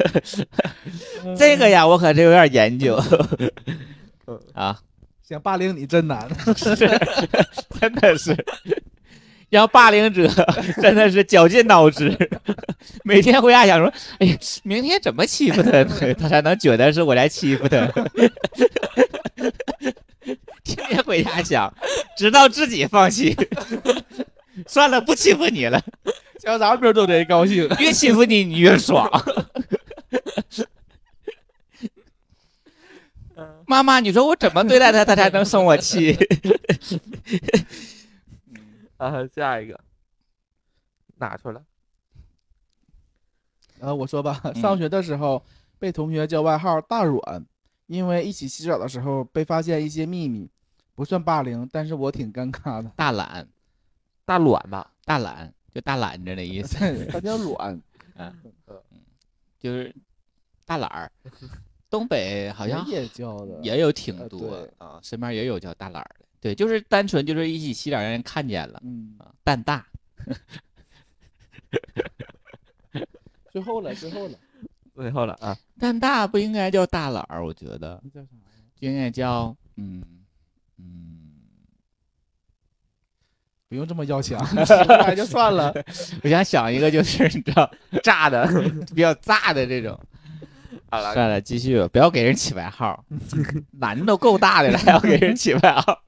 Speaker 2: 这个呀，我可是有点研究 啊，
Speaker 4: 想霸凌你真难。
Speaker 2: 真的是。让霸凌者 真的是绞尽脑汁，每天回家想说：“哎呀，明天怎么欺负他， 他才能觉得是我来欺负他。” 天天回家想，直到自己放弃， 算了，不欺负你了。
Speaker 4: 小啥边都贼高兴，
Speaker 2: 越欺负你，你越爽。
Speaker 4: 嗯
Speaker 2: 妈妈，你说我怎么对待他，他才能生我气？
Speaker 1: 啊，下一个哪去了？
Speaker 4: 呃，我说吧，
Speaker 2: 嗯
Speaker 4: 上学的时候被同学叫外号“大软”，因为一起洗澡的时候被发现一些秘密，不算霸凌，但是我挺尴尬 的。
Speaker 2: 大懒，
Speaker 1: 大卵吧？
Speaker 2: 大懒，就大懒着的意思，
Speaker 4: 他叫软，
Speaker 2: 就是大懒儿。东北好像
Speaker 4: 也叫的，
Speaker 2: 也有挺
Speaker 4: 呃
Speaker 2: 多
Speaker 4: 对
Speaker 2: 啊，身边也有叫大懒儿的。对，就是单纯就是一起洗澡让人看见了
Speaker 4: 嗯，
Speaker 2: 啊，蛋大。
Speaker 4: 最后了，最后了，
Speaker 1: 最后了啊，
Speaker 2: 蛋大不应该叫大懒儿，我觉得
Speaker 4: 那叫啥呀？
Speaker 2: 就应该叫嗯嗯，
Speaker 4: 不用这么要 强，说出来就算 了。
Speaker 2: 我想想一个，就是你知道
Speaker 1: 炸的。
Speaker 2: 比较炸的这种。
Speaker 1: 好了，
Speaker 2: 算了，继续吧，不要给人起外号， 男的都够大的了，还要给人起外号。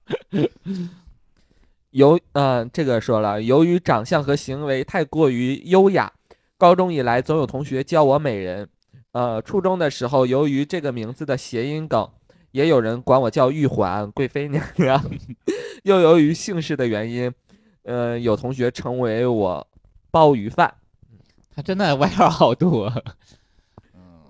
Speaker 1: 由嗯、这个说了，由于长相和行为太过于优雅，高中以来总有同学叫我美人。呃，初中的时候，由于这个名字的谐音梗，也有人管我叫玉环、贵妃娘娘。 又由于姓氏的原因，呃，有同学称为我鲍鱼饭。
Speaker 2: 他真的外号好多，嗯，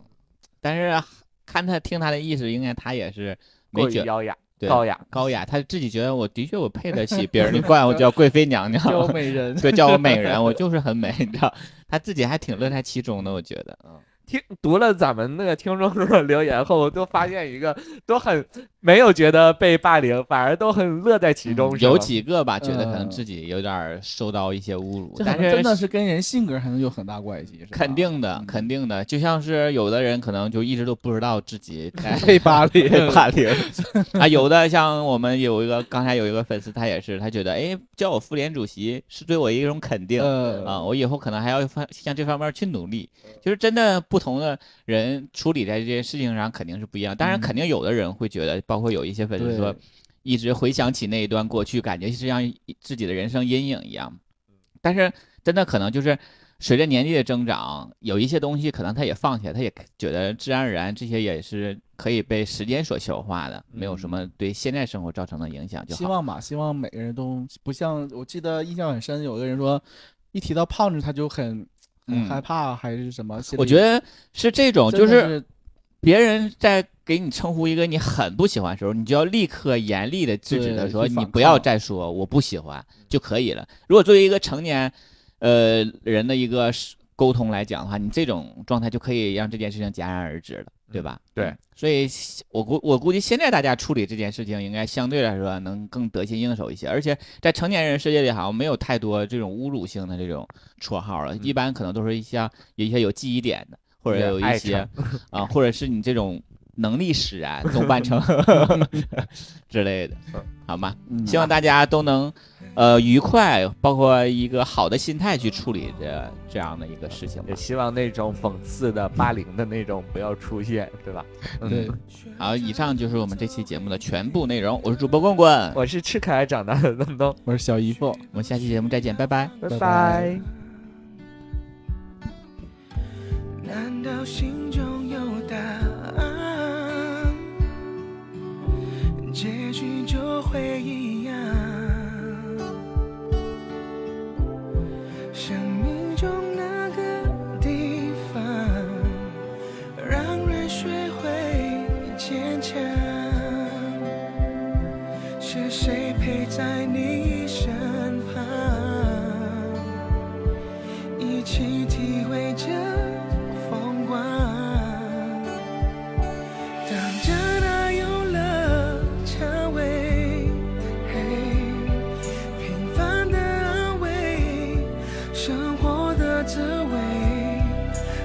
Speaker 2: 但是看他听他的意思，应该他也是没
Speaker 1: 过于
Speaker 2: 觉
Speaker 1: 优雅、
Speaker 2: 对
Speaker 1: 高雅，
Speaker 2: 高雅，他自己觉得我的确我配得起别人的冠，我叫贵妃娘
Speaker 4: 叫
Speaker 2: 娘，
Speaker 4: 美人，
Speaker 2: 对，叫我美人，我就是很美，你知道，他自己还挺乐在其中的，我觉得，嗯，
Speaker 1: 听读了咱们那个听众的留言后，都发现一个都很没有觉得被霸凌，反而都很乐在其中。是
Speaker 2: 有
Speaker 1: 吗
Speaker 2: 几个吧，觉得可能
Speaker 4: 嗯
Speaker 2: 自己有点儿受到一些侮辱，
Speaker 4: 这
Speaker 2: 但
Speaker 4: 可
Speaker 2: 是
Speaker 4: 能真的是跟人性格还能有很大关系，是吧
Speaker 2: 肯定的
Speaker 4: 嗯，
Speaker 2: 肯定的，就像是有的人可能就一直都不知道自 己在
Speaker 4: 被霸 凌，
Speaker 2: 被霸凌啊，有的像我们有一个刚才有一个粉丝，他也是，他觉得哎叫我妇联主席是对我一种肯定
Speaker 4: 呃
Speaker 2: 啊，我以后可能还要方向这方面去努力，就是真的不同的人处理在这些事情上肯定是不一样，当然
Speaker 4: 嗯
Speaker 2: 肯定有的人会觉得，包括有一些粉丝说
Speaker 4: 对
Speaker 2: 一直回想起那一段过去，感觉是像一自己的人生阴影一样。
Speaker 4: 嗯
Speaker 2: 但是真的可能就是随着年纪的增长，有一些东西可能他也放下，他也觉得自然而然这些也是可以被时间所消化的，没有什么对现在生活造成的影响就
Speaker 4: 嗯希
Speaker 2: 好。
Speaker 4: 望吧，希望每个人都不像我记得印象很深，有个人说，一提到胖子他就很很
Speaker 2: 嗯
Speaker 4: 害怕、还是什么心里？
Speaker 2: 我觉得是这种，
Speaker 4: 真的
Speaker 2: 就是
Speaker 4: 是
Speaker 2: 别人在给你称呼一个你很不喜欢的时候，你就要立刻严厉的制止他
Speaker 4: 对
Speaker 2: 说：“
Speaker 4: 去反
Speaker 2: 你不要
Speaker 4: 抗
Speaker 2: 再说我不喜欢就可以了。”如果作为一个成年，呃人的一个是沟通来讲的话，你这种状态就可以让这件事情戛然而止了，嗯对吧？
Speaker 1: 对。
Speaker 2: 所以我估我估计现在大家处理这件事情，应该相对来说能更得心应手一些，而且在成年人世界里好像没有太多这种侮辱性的这种绰号了，
Speaker 1: 嗯
Speaker 2: 一般可能都是一些有一些有记忆点的，或者
Speaker 1: 也
Speaker 2: 有一
Speaker 1: 爱
Speaker 2: 些啊，或者是你这种能力使然，总办成之类的
Speaker 1: 嗯，
Speaker 2: 好吗？
Speaker 4: 嗯
Speaker 2: 希望大家都能呃愉快，包括一个好的心态去处理这这样的一个事情吧
Speaker 1: 也。希望那种讽刺的、霸凌的那种不要出现，对吧？嗯
Speaker 4: 对，
Speaker 2: 好，以上就是我们这期节目的全部内容。我是主播棍棍，我
Speaker 1: 我是吃可爱长大的东东，
Speaker 4: 我是小姨夫。
Speaker 2: 们下期节目再见，拜拜。
Speaker 1: 拜拜
Speaker 4: 拜拜。
Speaker 3: 难道心中有答案，结局就会一样？生命中那个地方。去体会这风光。当热闹有了茶味，嘿平凡的安慰，生活的滋味，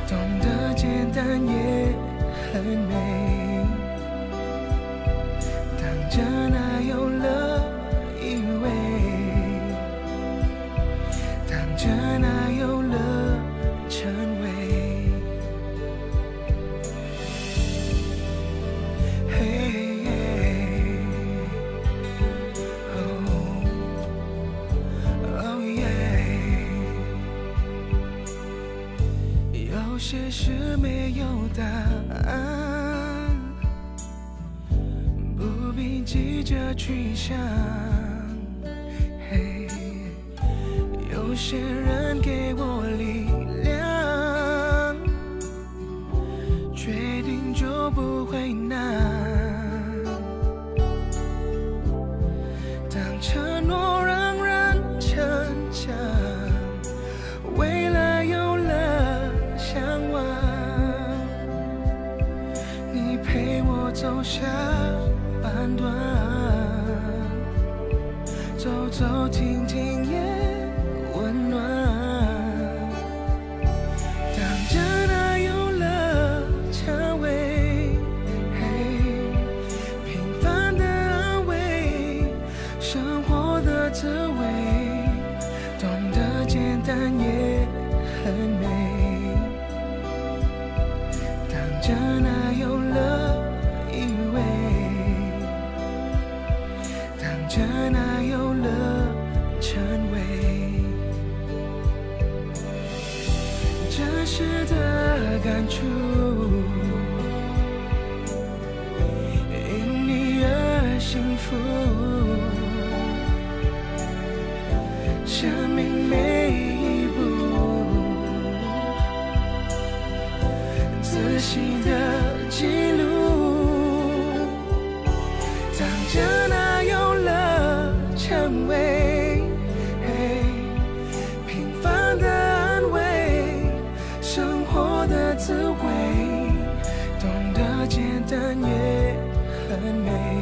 Speaker 3: 懂得简单也很美。当热闹有了依偎，当热闹有了成为。嘿，哦，哦耶，有些事没有答案，不必急着去想。嘿，有些人给我力量。确定就不会难。当承诺让人成长，未来有了向往，你陪我走下半段，走走停停也温暖。当热闹有了茶味，嘿平凡的安慰，生活的滋味，懂得简单也很美。当热闹有了依偎，当热闹有了成为。真实的感触，因你而幸福。生命每一步，仔细的记录。当热闹有了成为。嘿平凡的安慰，生活的滋味，懂得简单也很美。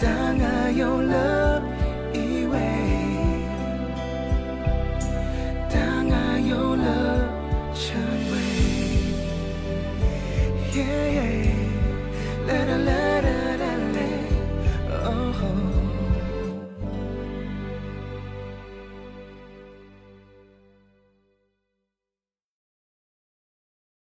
Speaker 3: 当爱有了依偎，当爱有了成为。Yeah, yeah, la la la la la la, oh.